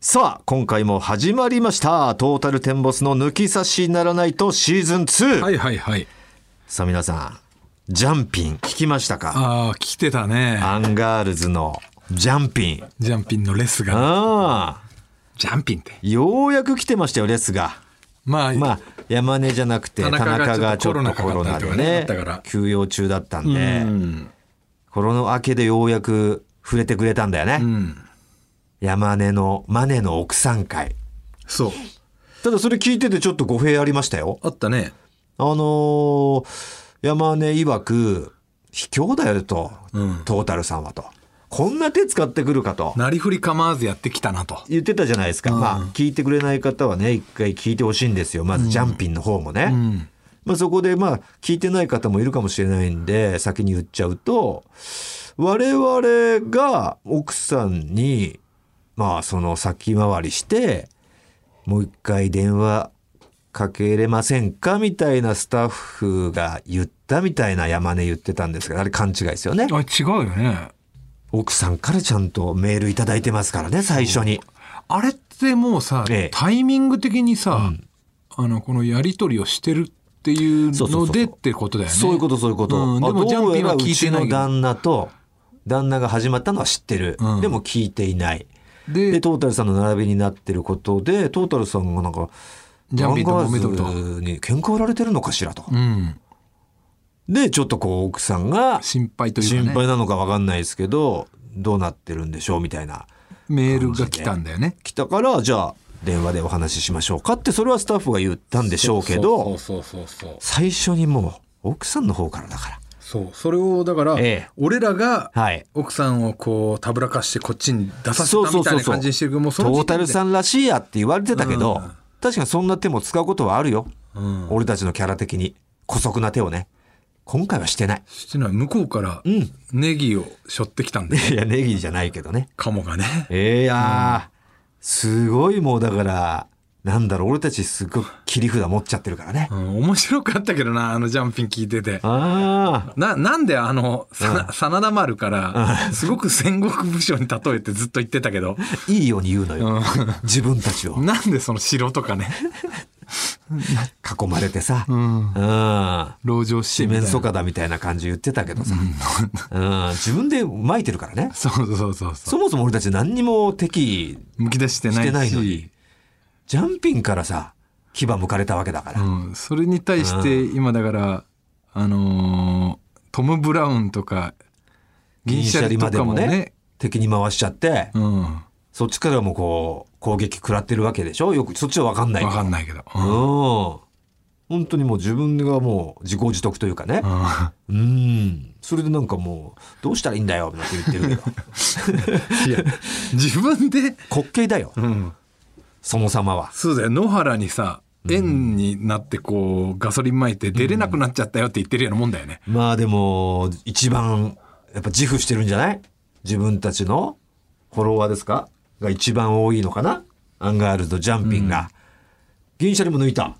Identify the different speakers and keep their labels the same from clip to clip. Speaker 1: さあ、今回も始まりました。トータルテンボスの抜き差しならないとシーズン2。
Speaker 2: はいはいはい。
Speaker 1: さあ皆さん、ジャンピン聞きましたか
Speaker 2: ああ、来てたね。
Speaker 1: アンガールズのジャンピン。
Speaker 2: ジャンピンのレスが。
Speaker 1: ああ、
Speaker 2: ジャンピンって。
Speaker 1: ようやく来てましたよ、レスが。
Speaker 2: まあ、
Speaker 1: まあ、山根じゃなくて、田
Speaker 2: 田中が
Speaker 1: 中がち
Speaker 2: ち
Speaker 1: ょ
Speaker 2: ょ
Speaker 1: っ
Speaker 2: っと
Speaker 1: とコ
Speaker 2: コ
Speaker 1: ロ
Speaker 2: ロ
Speaker 1: ナ
Speaker 2: ナと
Speaker 1: で
Speaker 2: かね
Speaker 1: ね
Speaker 2: あったから、
Speaker 1: 休養中だったん
Speaker 2: う
Speaker 1: で、
Speaker 2: ん。
Speaker 1: コロナ明けでようやく触れてくれたんだよね。
Speaker 2: うん。
Speaker 1: 山根のマネの奥さん会。
Speaker 2: そう。
Speaker 1: ただそれ聞いててちょっと語弊ありましたよ。
Speaker 2: あったね。
Speaker 1: あのー山根曰く、卑怯だよと、
Speaker 2: うん
Speaker 1: トータルさんはと。こんな手使ってくるかと。
Speaker 2: なりふり構わずやってきたなと。
Speaker 1: 言ってたじゃないですか。まあ、聞いてくれない方はね、一回聞いてほしいんですよ。まず、ジャンピンの方もね。
Speaker 2: うん。
Speaker 1: まあ、そこで、まあ、聞いてない方もいるかもしれないんで、先に言っちゃうと、我々が奥さんに、まあ、その先回りして、もう一回電話かけれませんかみたいなスタッフが言ったみたいな山根言ってたんですけど、あれ勘違いですよね。
Speaker 2: あ、違うよね。
Speaker 1: 奥さんからちゃんとメールいただいてますからね、最初に。
Speaker 2: あれってもうさ、
Speaker 1: ええ
Speaker 2: タイミング的にさ、あの、このやりとりをしてるっていう
Speaker 1: そうそう
Speaker 2: の
Speaker 1: そう
Speaker 2: でってことだよね。
Speaker 1: そういうこと、そういうこと。
Speaker 2: うんで
Speaker 1: あ
Speaker 2: もジャンピンは
Speaker 1: どうやら
Speaker 2: 聞いて
Speaker 1: ちの
Speaker 2: ないうけど
Speaker 1: 旦那と、旦那が始まったのは知ってる。
Speaker 2: うん
Speaker 1: でも聞いていない。で
Speaker 2: で、
Speaker 1: トータルさんの並びになってることでトータルさんがなんか
Speaker 2: ジャンピンと揉めとると
Speaker 1: アンガールズに喧嘩売られてるのかしらと、
Speaker 2: うん。
Speaker 1: でちょっとこう奥さんが
Speaker 2: 心配という
Speaker 1: 心
Speaker 2: かね
Speaker 1: 配。なのか分かんないですけどどうなってるんでしょうみたいな
Speaker 2: メールが来たんだよね。
Speaker 1: 来たからじゃあ電話でお話ししましょうかってそれはスタッフが言ったんでしょうけど
Speaker 2: そうそうそうそう。
Speaker 1: 最初にもう奥さんの方からだか
Speaker 2: そうそれをだから、
Speaker 1: ええ
Speaker 2: 俺らが
Speaker 1: らはい
Speaker 2: 奥さんをこうたぶらかしてこっちに出させ
Speaker 1: そう
Speaker 2: た
Speaker 1: そう
Speaker 2: み
Speaker 1: そ
Speaker 2: たい
Speaker 1: う
Speaker 2: な
Speaker 1: そう
Speaker 2: 感じにしてるけどもう
Speaker 1: ト
Speaker 2: その時
Speaker 1: ー
Speaker 2: 点
Speaker 1: タル
Speaker 2: で
Speaker 1: さんらしいやって言われてたけど、
Speaker 2: うん
Speaker 1: 確かにそんな手も使うことはあるよ
Speaker 2: うん
Speaker 1: 俺たちのキャラ的に姑息な手をね今回はしてない
Speaker 2: してない向こうから
Speaker 1: ん
Speaker 2: ネギを背負ってきたんで、
Speaker 1: いやネギじゃないけどね
Speaker 2: カモがね
Speaker 1: ええやー、すごいもうだからなんだろう俺たちすっごい切り札持っちゃってるからね、
Speaker 2: うん面白かったけどなあのジャンピン聞いてて
Speaker 1: ああ
Speaker 2: ななんであのさな真田丸からすごく戦国武将に例えてずっと言ってたけど、
Speaker 1: いいように言うのよ、
Speaker 2: う
Speaker 1: 自分たちを
Speaker 2: ん、なんでその城とかね、
Speaker 1: 囲まれてさ、
Speaker 2: う
Speaker 1: うん
Speaker 2: ん、籠城して
Speaker 1: 四
Speaker 2: みたい
Speaker 1: 面
Speaker 2: な
Speaker 1: 楚歌だみたいな感じ言ってたけどさ、うん、自分で撒いてるからね
Speaker 2: そうそうそうそう
Speaker 1: そもそも俺たち何にも敵
Speaker 2: むき出してない
Speaker 1: し
Speaker 2: して
Speaker 1: ないのにジャンピンからさ牙向かれたわけだから、
Speaker 2: うん、それに対して今だから、あのートム・ブラウンとか
Speaker 1: 銀シャリまでもね敵に回しちゃって、
Speaker 2: うん、わ
Speaker 1: そっちからもこう攻撃食らってるわけでしょよくそっちは分かんない
Speaker 2: かんないけど、う
Speaker 1: うん
Speaker 2: うん
Speaker 1: 本当にもう自分がもう自業自得というかねうんそれでなんかもうどうしたらいいんだよなんて言って るけど
Speaker 2: いや 自分で、
Speaker 1: 滑稽だよ
Speaker 2: うん、
Speaker 1: そも様は
Speaker 2: そうだよ野原にさ円になってこうガソリン撒いて出れなくなっちゃったよって言ってるようなもんだよね、
Speaker 1: まあでも一番やっぱ自負してるんじゃない自分たちのフォロワーですかが一番多いのかなアンガールズとジャンピンが、銀シャリも抜いた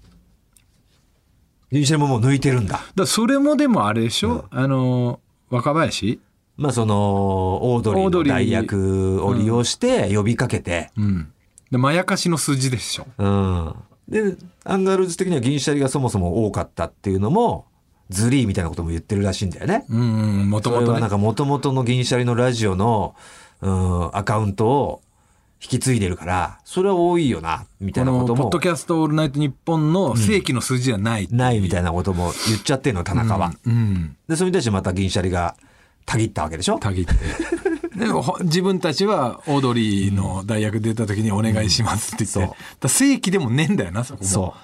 Speaker 1: 銀シャリももう抜いてるんだ
Speaker 2: だからそれもでもあれでしょ、あのー若林、
Speaker 1: まあそのオードリー
Speaker 2: オー
Speaker 1: の
Speaker 2: ドリー
Speaker 1: 代役を利用して呼びかけて、
Speaker 2: うん、でまやかしの数字でしょ
Speaker 1: うん、でアンガールズ的には銀シャリがそもそも多かったっていうのもズリーみたいなことも言ってるらしいんだよね。
Speaker 2: うんもと
Speaker 1: そ
Speaker 2: も
Speaker 1: れ
Speaker 2: と
Speaker 1: は
Speaker 2: ね
Speaker 1: なんか元々の銀シャリのラジオの、うん、アカウントを引き継いでるからそれは多いよなみたい
Speaker 2: こ
Speaker 1: なこ
Speaker 2: の
Speaker 1: と
Speaker 2: ポッ
Speaker 1: も
Speaker 2: ドキャスト「オールナイトニッポン」の正規の数字じゃない、
Speaker 1: ないみたいなことも言っちゃってるの田中は。
Speaker 2: うん、
Speaker 1: でそれに対してまた銀シャリがたぎったわけでしょ
Speaker 2: たぎって。でほ自分たちはオードリーの代役出た時にお願いしますって言って、
Speaker 1: うん
Speaker 2: だ
Speaker 1: そ
Speaker 2: から正規でもねえんだよなそこも
Speaker 1: そ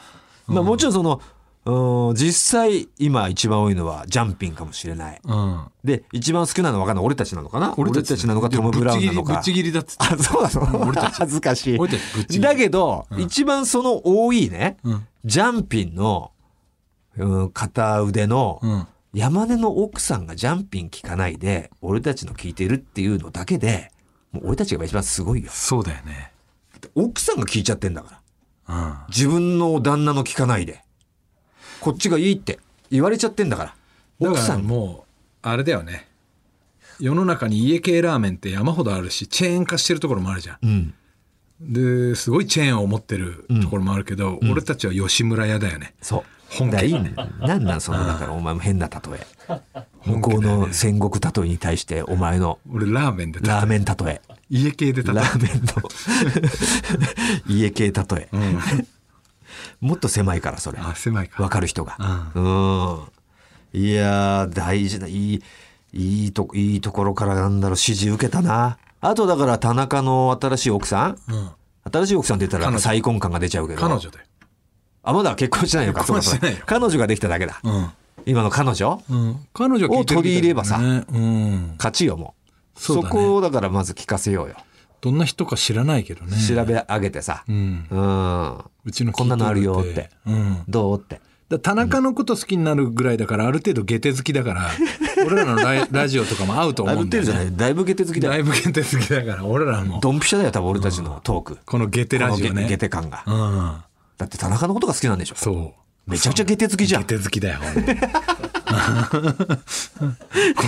Speaker 1: う。まあもちろんその、うん、実際今一番多いのはジャンピンかもしれない。
Speaker 2: うん、
Speaker 1: で、一番少ないのは分かんない。俺たちなのかな俺たちなのか
Speaker 2: で
Speaker 1: トム・ブラウンなのか。
Speaker 2: ぶっちぎりぶっちぎりだっつって
Speaker 1: あ、そうなの
Speaker 2: 俺たち
Speaker 1: 恥ずかし
Speaker 2: 俺たちぶっちぎ
Speaker 1: い。
Speaker 2: り
Speaker 1: だけど、一番その多いね、
Speaker 2: うん
Speaker 1: ジャンピンの、うん、片腕の、
Speaker 2: うん
Speaker 1: 山根の奥さんがジャンピン聞かないで、俺たちの聞いてるっていうのだけで、もう俺たちが一番すごいよ。
Speaker 2: そうだよね、
Speaker 1: 奥さんが聞いちゃってんだから。
Speaker 2: うん、
Speaker 1: 自分の旦那の聞かないで。こっちがいいって言われちゃってんだから。
Speaker 2: だ
Speaker 1: 奥
Speaker 2: か
Speaker 1: さ
Speaker 2: ら
Speaker 1: ん
Speaker 2: もうあれだよね世の中に家系ラーメンって山ほどあるしチェーン化してるところもあるじゃん
Speaker 1: うん。
Speaker 2: ですごいチェーンを持ってるところもあるけど、俺たちは吉村屋だよね
Speaker 1: そう。
Speaker 2: 本家
Speaker 1: だからいいんだよなんなんその、だからお前も変な例 え。向こうの戦国例えに対して、お前の
Speaker 2: 俺ラーメンでた
Speaker 1: ラーメン例え。
Speaker 2: 家系でた
Speaker 1: ラーメンの 家系例え。もっと狭いから、それ。
Speaker 2: あ狭いか
Speaker 1: わかる人が。うん。いやー、大事な、いい、いいとこ、いいところからなんだろう、指示受けたな。あとだから、田中の新しい奥さん、
Speaker 2: うん
Speaker 1: 新しい奥さんって言った
Speaker 2: 彼
Speaker 1: ら
Speaker 2: 女
Speaker 1: 再婚感が出ちゃうけど。
Speaker 2: 彼女だよ
Speaker 1: あ、まだ結婚してないのか、
Speaker 2: 結婚してないよ
Speaker 1: そうかそうか彼女ができただけだ。今の彼女
Speaker 2: うん、彼女は聞いて
Speaker 1: を
Speaker 2: るけどね
Speaker 1: 取り入ればさ
Speaker 2: うん、
Speaker 1: 勝ちよ、もう。
Speaker 2: そ
Speaker 1: そう
Speaker 2: だね
Speaker 1: こをだからまず聞かせようよ。
Speaker 2: どんな人か知らないけどね
Speaker 1: 調べ上げてさ。
Speaker 2: う、
Speaker 1: うんん。
Speaker 2: うちの聞いて
Speaker 1: こんなのあるよって
Speaker 2: うん、
Speaker 1: どうって。
Speaker 2: だ田中のこと好きになるぐらいだからある程度下手好きだから 俺らのライラジオとかも合うと
Speaker 1: ある
Speaker 2: 思うんだ
Speaker 1: 程度
Speaker 2: よ、
Speaker 1: じゃな
Speaker 2: ね、
Speaker 1: い。だいぶ下手好きだ
Speaker 2: だ
Speaker 1: よ。
Speaker 2: いぶ下手好きだから俺らも
Speaker 1: ドンピシャだよ、多分俺たちのトーク。
Speaker 2: この下手ラジオ
Speaker 1: この
Speaker 2: ね
Speaker 1: ゲゲテ感が。
Speaker 2: うん
Speaker 1: だって田中のことが好きなんでしょ
Speaker 2: そう
Speaker 1: めちゃくちゃゲテ好きじゃ
Speaker 2: 下
Speaker 1: ん。
Speaker 2: 手好きだよ俺こ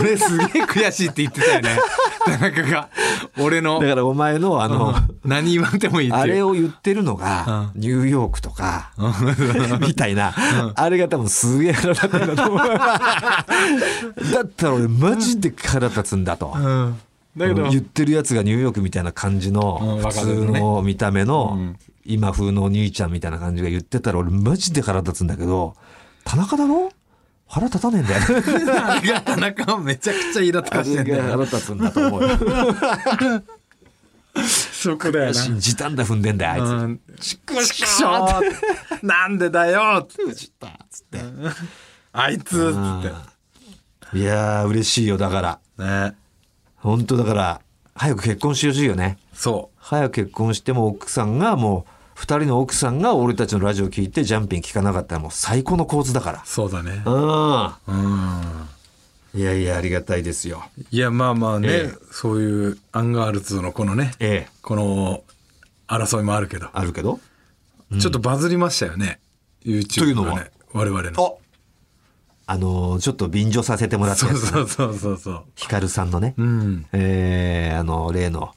Speaker 2: れすげえ悔しいって言ってたよね田中が俺の
Speaker 1: だからお前のあの、
Speaker 2: 何言わんでもいいっていう
Speaker 1: あれを言ってるのが、ニューヨークとか、みたいな、あれが多分すげえ腹立ってんだと 思う。だったら俺マジで腹立つんだと。
Speaker 2: うんだけど、
Speaker 1: 言ってるやつがニューヨークみたいな感じ
Speaker 2: うん
Speaker 1: の
Speaker 2: わ
Speaker 1: 普
Speaker 2: かる
Speaker 1: 通の見た目の今風のお兄ちゃんみたいな感じが言ってたら俺マジで腹立つんだけど田中だろ腹立たねえん だよ
Speaker 2: あれが田中はめちゃくちゃイラつ
Speaker 1: あ
Speaker 2: かし
Speaker 1: れ
Speaker 2: てんだ
Speaker 1: が
Speaker 2: よ
Speaker 1: 腹立つんだと思うよ
Speaker 2: そこだよ
Speaker 1: 信じたんだ踏んでんだよあいつ
Speaker 2: うん、ちっこしくしょーってなんでだよつってあいつっつっ
Speaker 1: いやー嬉しいよだから
Speaker 2: てね
Speaker 1: 本当だから早く結婚してほしいよね
Speaker 2: そ
Speaker 1: 早く結婚しても奥さんがもう2人の奥さんが俺たちのラジオ聞いてジャンピン聞かなかったらもう最高の構図だか
Speaker 2: うそうだね
Speaker 1: らうん
Speaker 2: うん
Speaker 1: いやいやありがたいですよ
Speaker 2: いやまあまあね、
Speaker 1: ええ
Speaker 2: そういうアンガールズのこのね
Speaker 1: ええ
Speaker 2: この争いもあるけど、
Speaker 1: あるけど
Speaker 2: ちょっとバズりましたよね YouTube
Speaker 1: というのは
Speaker 2: がね我々の
Speaker 1: ああのーちょっと便乗させてもらった
Speaker 2: そ
Speaker 1: や
Speaker 2: う
Speaker 1: つ
Speaker 2: そうそうそうそう
Speaker 1: ヒカルさんのね、
Speaker 2: うん
Speaker 1: えーあの例の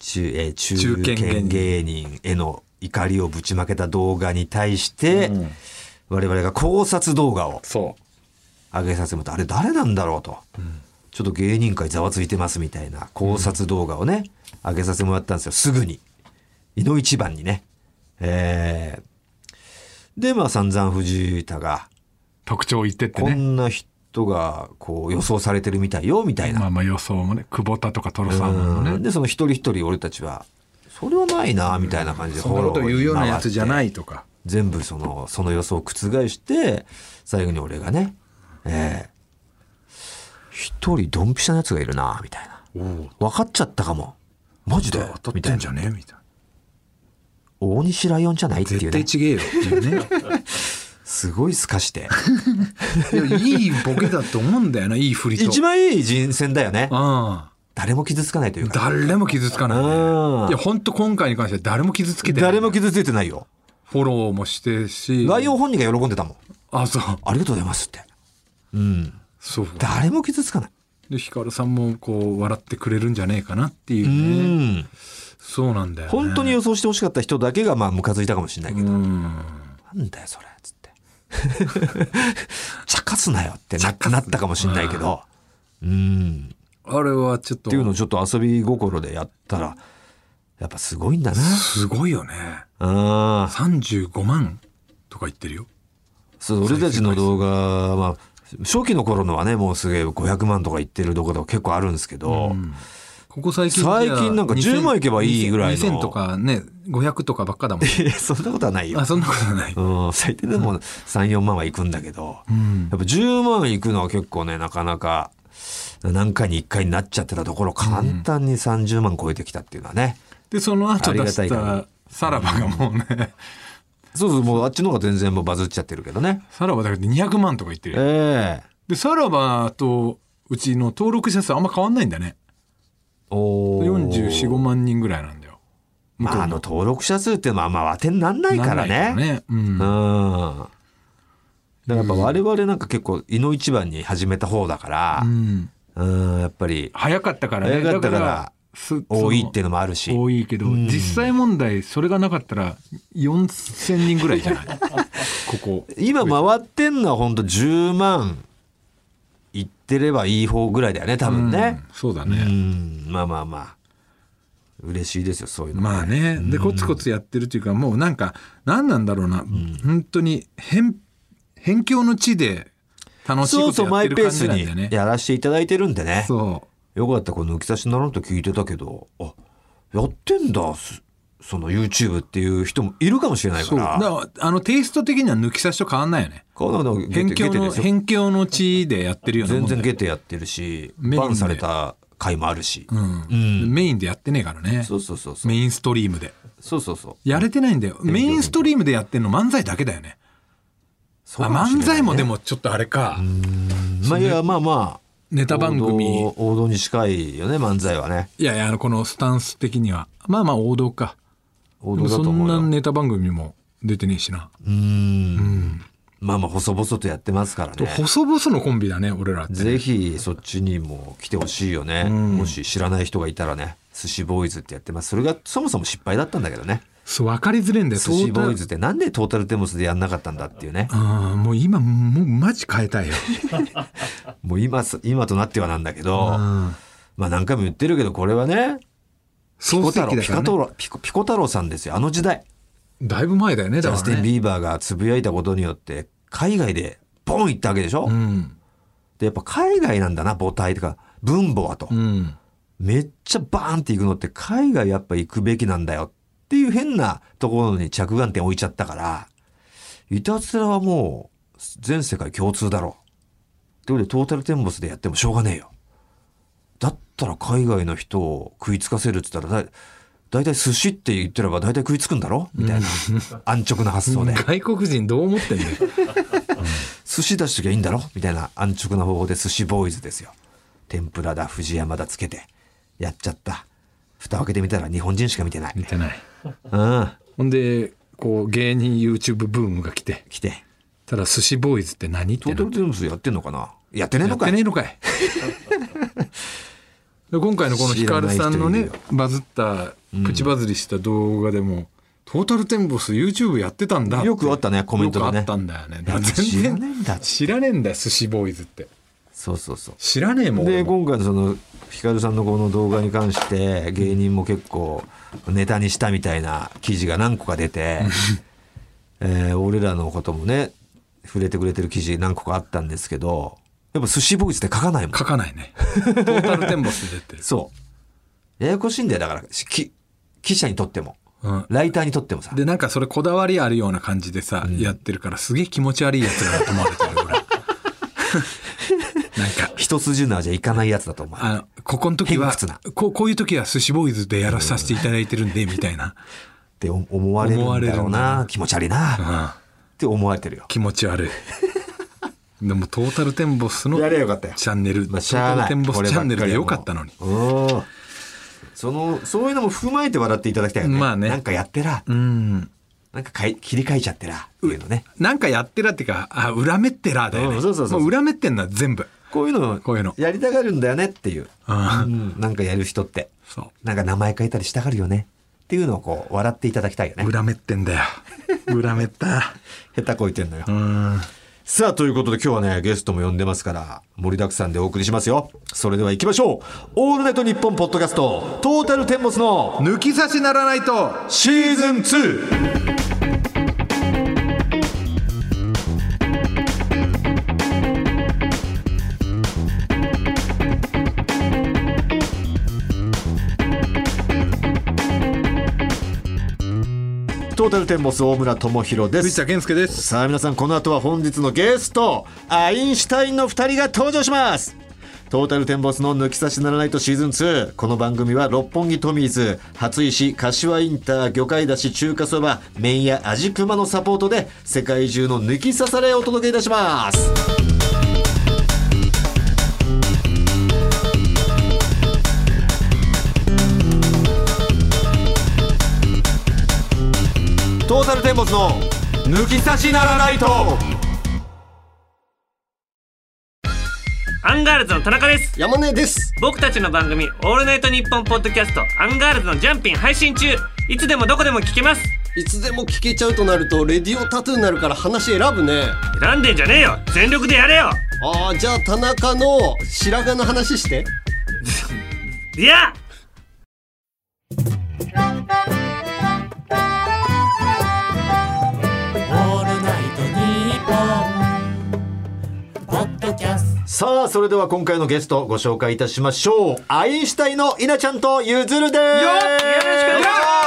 Speaker 1: 中,、えー中
Speaker 2: 堅芸人
Speaker 1: 堅芸人への怒りをぶちまけた動画に対して、我々が考察動画を
Speaker 2: そう
Speaker 1: 上げさせてもらったあれ誰なんだろうと、ちょっと芸人界ざわついてますみたいな考察動画をね、上げさせてもらったんですよすぐに井の一番にねえーでまあ散々藤田が
Speaker 2: 特徴言ってって
Speaker 1: こ
Speaker 2: ね
Speaker 1: んな人がこう予想されてるみたいよみたい
Speaker 2: ま
Speaker 1: な。
Speaker 2: あまあ予想もね久保田とかトロサーモン
Speaker 1: う
Speaker 2: の
Speaker 1: ん
Speaker 2: ね
Speaker 1: でその一人一人俺たちはそれはないなみたいな感じで
Speaker 2: そんなこと言うようなやつじゃ
Speaker 1: い
Speaker 2: ないとか
Speaker 1: 全部そのその予想を覆して最後に俺がねええ一人ドンピシャなやつがいるなみたいな分かっちゃったかもマジで
Speaker 2: 当た
Speaker 1: み
Speaker 2: ったて
Speaker 1: い
Speaker 2: ん
Speaker 1: な
Speaker 2: じゃねえみたいな
Speaker 1: 大西ライオンじゃないっていう
Speaker 2: 絶対
Speaker 1: ね
Speaker 2: ちげえよっていうね
Speaker 1: すごいすかして
Speaker 2: いやいいボケだと思うんだよないい振りと
Speaker 1: 一番いい人選だよね
Speaker 2: あ
Speaker 1: 誰も傷つかないというか
Speaker 2: 誰も傷つかない、
Speaker 1: うん
Speaker 2: いや本当今回に関しては誰も傷つけてない
Speaker 1: 誰も傷ついてないよ
Speaker 2: フォローもしてし
Speaker 1: ライオン本人が喜んでたもん
Speaker 2: あそう
Speaker 1: ありがとうございますって。うん。
Speaker 2: そうか
Speaker 1: 誰も傷つかない。
Speaker 2: でヒカルさんもこう笑ってくれるんじゃねえかなっていう
Speaker 1: う
Speaker 2: ね、
Speaker 1: ん。
Speaker 2: そうなんだよ、ね、
Speaker 1: 本当に予想してほしかった人だけがまあムカついたかもしれないけど、
Speaker 2: うん
Speaker 1: なんだよそれ、つって。 茶化すなよってななったかもしれないけど、うん。
Speaker 2: あれはちょっ
Speaker 1: っ
Speaker 2: と
Speaker 1: ていうのをちょっと遊び心でやったら、やっぱすごいんだ
Speaker 2: すごいよね
Speaker 1: な。うん。
Speaker 2: 35万とか言ってるよ
Speaker 1: そう、俺たちの動画は、まあ、初期の頃のはね、もうすげえ500万とか言ってる動画とか結構あるんですけど、
Speaker 2: ここ最近
Speaker 1: 最近なんか
Speaker 2: 2000
Speaker 1: 10万いけばいいぐらいの
Speaker 2: 2000とかね500とかばっかだも ん
Speaker 1: いやそんなことはないよ
Speaker 2: あ。そんなことない
Speaker 1: うん、最低でも3、4万は行くんだけど、やっぱ10万行くのは結構ね、なかなか、何回に1回になっちゃってたところ、簡単に30万超えてきたっていうのはね。
Speaker 2: でその後
Speaker 1: あり
Speaker 2: 出
Speaker 1: がた
Speaker 2: し
Speaker 1: い限
Speaker 2: た
Speaker 1: り
Speaker 2: さらばがもうね
Speaker 1: そうそう、もうあっちの方が全然もうバズっちゃってるけどね。
Speaker 2: さらばだけで200万とか言ってるよ
Speaker 1: ええ
Speaker 2: でさらばとうちの登録者数あんま変わんないんだね
Speaker 1: おー
Speaker 2: 445万人ぐらいなんだよ
Speaker 1: まあ、あの、登録者数っていうのはあんま当てになんないから
Speaker 2: なんない
Speaker 1: ね。
Speaker 2: からう
Speaker 1: うん。
Speaker 2: ん
Speaker 1: だからやっぱ我々なんか結構、胃の一番に始めた方だから
Speaker 2: う、ん
Speaker 1: うん、やっぱり、
Speaker 2: 早かったからね
Speaker 1: 早かったから
Speaker 2: だからす
Speaker 1: 多いっていうのもあるし
Speaker 2: その多いけど、
Speaker 1: うん
Speaker 2: 実際問題それがなかったら4,000人ぐら いじゃないここ
Speaker 1: 今回ってんのはほんと10万いってればいい方ぐらいだよね多分ね、
Speaker 2: うんそうだ
Speaker 1: うん
Speaker 2: ね、
Speaker 1: まあまあまあ嬉しいですよそういうの
Speaker 2: まあねでコツコツやってるというかもうなんか何なんだろうな、本当に偏辺境の地で楽しい
Speaker 1: そ
Speaker 2: こ
Speaker 1: うそ
Speaker 2: と
Speaker 1: うマ
Speaker 2: やっ
Speaker 1: イ
Speaker 2: て
Speaker 1: ペ
Speaker 2: る
Speaker 1: ー
Speaker 2: 感
Speaker 1: ス
Speaker 2: じなんだ
Speaker 1: に
Speaker 2: よね
Speaker 1: やらせていただいてるんでね
Speaker 2: そう
Speaker 1: よかったこれ抜き差しならんと聞いてたけどあやってんだすその YouTube っていう人もいるかもしれないか
Speaker 2: そう
Speaker 1: ら
Speaker 2: だからあのテイスト的には抜き差しと変わんないよね
Speaker 1: こののゲテ
Speaker 2: 辺境
Speaker 1: ゲテ
Speaker 2: の
Speaker 1: ですよ
Speaker 2: 辺境の地でやってるような
Speaker 1: 全
Speaker 2: もんだ
Speaker 1: 然
Speaker 2: よ
Speaker 1: ゲテやってるし
Speaker 2: メインで
Speaker 1: バンされた回もあるし、
Speaker 2: うんメインでやってねえからね
Speaker 1: そうそうそうそう
Speaker 2: メインストリームで
Speaker 1: そうそうそう
Speaker 2: やれてないんだよメインストリームでやってんの漫才だけだよね
Speaker 1: そう
Speaker 2: あ
Speaker 1: かしれない
Speaker 2: 漫
Speaker 1: ね
Speaker 2: 才もでもちょっとあれか
Speaker 1: まあいやまあまあ
Speaker 2: ネタ番組
Speaker 1: 王道王道に近いよね漫才はね
Speaker 2: いやいやあのこのスタンス的にはまあまあ王道か
Speaker 1: 王
Speaker 2: で
Speaker 1: 道
Speaker 2: も
Speaker 1: だ
Speaker 2: そ
Speaker 1: と
Speaker 2: ん
Speaker 1: 思う
Speaker 2: な
Speaker 1: よ
Speaker 2: ネタ番組も出てねえしな
Speaker 1: うーんまあまあ細々とやってますからね
Speaker 2: 細々のコンビだね俺らって
Speaker 1: ぜひそっちにも来てほしいよね、もし知らない人がいたらね寿司ボーイズってやってますそれがそもそも失敗だったんだけどね
Speaker 2: そう分かりづれえんだよ
Speaker 1: 寿司ボーイ
Speaker 2: トー
Speaker 1: ズってなんでトータルテモスでやんなかったんだっていうね
Speaker 2: タルあーもう今もうマジ変 えたいよ
Speaker 1: もう今す今となってはなんだけど
Speaker 2: うん
Speaker 1: まあ何回も言ってるけどこれはねピコ
Speaker 2: 漱
Speaker 1: 太
Speaker 2: 石だ
Speaker 1: 郎ピ
Speaker 2: から
Speaker 1: カ
Speaker 2: ね
Speaker 1: トロピコピコ太郎さんですよあの時代
Speaker 2: だいぶ前だよね
Speaker 1: ジ
Speaker 2: だ
Speaker 1: ャ
Speaker 2: か
Speaker 1: ス
Speaker 2: ら
Speaker 1: ティン・
Speaker 2: ね
Speaker 1: ビーバーがつぶやいたことによって海外でボン行ったわけでしょ、
Speaker 2: うん
Speaker 1: でやっぱ海外なんだな母体とか分母はと、
Speaker 2: うん
Speaker 1: めっちゃバーンって行くのって海外やっぱ行くべきなんだよっていう変なところに着眼点置いちゃったからいたずらはもう全世界共通だろうということでトータルテンボスでやってもしょうがねえよだったら海外の人を食いつかせるって言ったらだ大体寿司って言ってれば大体食いつくんだろみ たいな安直な発想で
Speaker 2: 外国人どう思ってんだよ
Speaker 1: 寿司出しときゃいいんだろみたいな安直な方法で寿司ボーイズですよ。天ぷらだ、藤山だつけて。やっちゃった。蓋を開けてみたら日本人し か見てない。
Speaker 2: 似てない
Speaker 1: うん。
Speaker 2: ほんでこう芸人 YouTube ブームが来て
Speaker 1: 来て。
Speaker 2: ただ寿司ボーイズって何って
Speaker 1: トー
Speaker 2: な
Speaker 1: タルテンボスやってんのかなやってねえ
Speaker 2: や
Speaker 1: の
Speaker 2: っ
Speaker 1: か
Speaker 2: て
Speaker 1: い
Speaker 2: ねえのかい で今回のこのヒカルさんの
Speaker 1: 知ら
Speaker 2: ね
Speaker 1: ない人い
Speaker 2: バズったプチバズりした動画でも、トータルテンボス YouTube やってたんだって
Speaker 1: よくあったねコメントでね
Speaker 2: よくあったんだよねだから
Speaker 1: 知
Speaker 2: 全
Speaker 1: ら
Speaker 2: 然
Speaker 1: ねえんだ
Speaker 2: 知らねえんだよ寿司ボーイズって
Speaker 1: そうそうそう。
Speaker 2: 知らねえもん
Speaker 1: で
Speaker 2: 俺も
Speaker 1: 今回のそのヒカルさんのこの動画に関して芸人も結構ネタにしたみたいな記事が何個か出 て、えー俺らのこともね触れてくれてる記事何個かあったんですけどやっぱ寿司ボーイズって書かないもん
Speaker 2: 書かないねトータルテンボスで出 てる、
Speaker 1: そうややこしいんだよだからしき記者にとっても
Speaker 2: うん、
Speaker 1: ライターにとってもさ
Speaker 2: でなんかそれこだわりあるような感じでさ、やってるからすげえ気持ち悪いやつらだと思われてる 俺なんか
Speaker 1: 一筋縄じゃいかないやつだと思う
Speaker 2: あのここの時は
Speaker 1: 偏屈な
Speaker 2: こうこういう時は寿司ボーイズでやらさせていただいてるんでみたいな、
Speaker 1: って思思われるんだろう
Speaker 2: 思われるん
Speaker 1: な
Speaker 2: だ、
Speaker 1: 気持ち悪いうなんって思われてるよ
Speaker 2: 気持ち悪いでもトータルテンボスの
Speaker 1: やればよかったよ
Speaker 2: チャンネル、
Speaker 1: まあ、
Speaker 2: ト
Speaker 1: しゃあな
Speaker 2: ータ
Speaker 1: い
Speaker 2: ルテンボスチャンネルでよ
Speaker 1: よ
Speaker 2: かったのに
Speaker 1: うんそのそういうのも踏まえて笑っていただきたいよね,、
Speaker 2: まあね
Speaker 1: なんかやってら
Speaker 2: うん
Speaker 1: なんかかい切り替えちゃってらっていうのね
Speaker 2: なんかやってらっていうかあ恨めってらだよね、
Speaker 1: うんそうそうそうそう
Speaker 2: も裏めってんのは全部
Speaker 1: こういうの
Speaker 2: こういうの
Speaker 1: やりたがるんだよねっていう、
Speaker 2: ああ
Speaker 1: うんなんかやる人って
Speaker 2: そ
Speaker 1: なんか名前変えたりしたがるよねっていうのをこう笑っていただきたいよね
Speaker 2: う恨めってんだよ恨めった
Speaker 1: 下手こいてんのよ、
Speaker 2: うん
Speaker 1: さあということで今日はねゲストも呼んでますから盛りだくさんでお送りしますよそれでは行きましょう「オールナイトニッポン」ポッドキャストトータルテンボスの
Speaker 2: 抜き差しならないと
Speaker 1: シーズン 2! トータルテンボス大村智広です
Speaker 2: 藤田健介です
Speaker 1: さあ皆さんこの後は本日のゲストアインシュタインの2人が登場しますトータルテンボスの抜き差しならないとシーズン2この番組は六本木トミーズ初石柏インター魚介だし中華そば麺や味熊のサポートで世界中の抜き差されをお届けいたしますトータルテンボスの抜き差しならないと
Speaker 3: アンガールズの田中です
Speaker 4: 山根です
Speaker 3: 僕たちの番組「オールナイトニッポン」ポッドキャスト「アンガールズのジャンピン」配信中いつでもどこでも聞けます
Speaker 4: いつでも聞けちゃうとなるとレディオタトゥーになるから話選ぶね
Speaker 3: 選んでんじゃねえよ全力でやれよ
Speaker 4: あーじゃあ田中の白髪の話して
Speaker 3: いや
Speaker 1: さあそれでは今回のゲストご紹介いたしましょうアインシュタインの稲ちゃんとゆずるですよろしくお願いします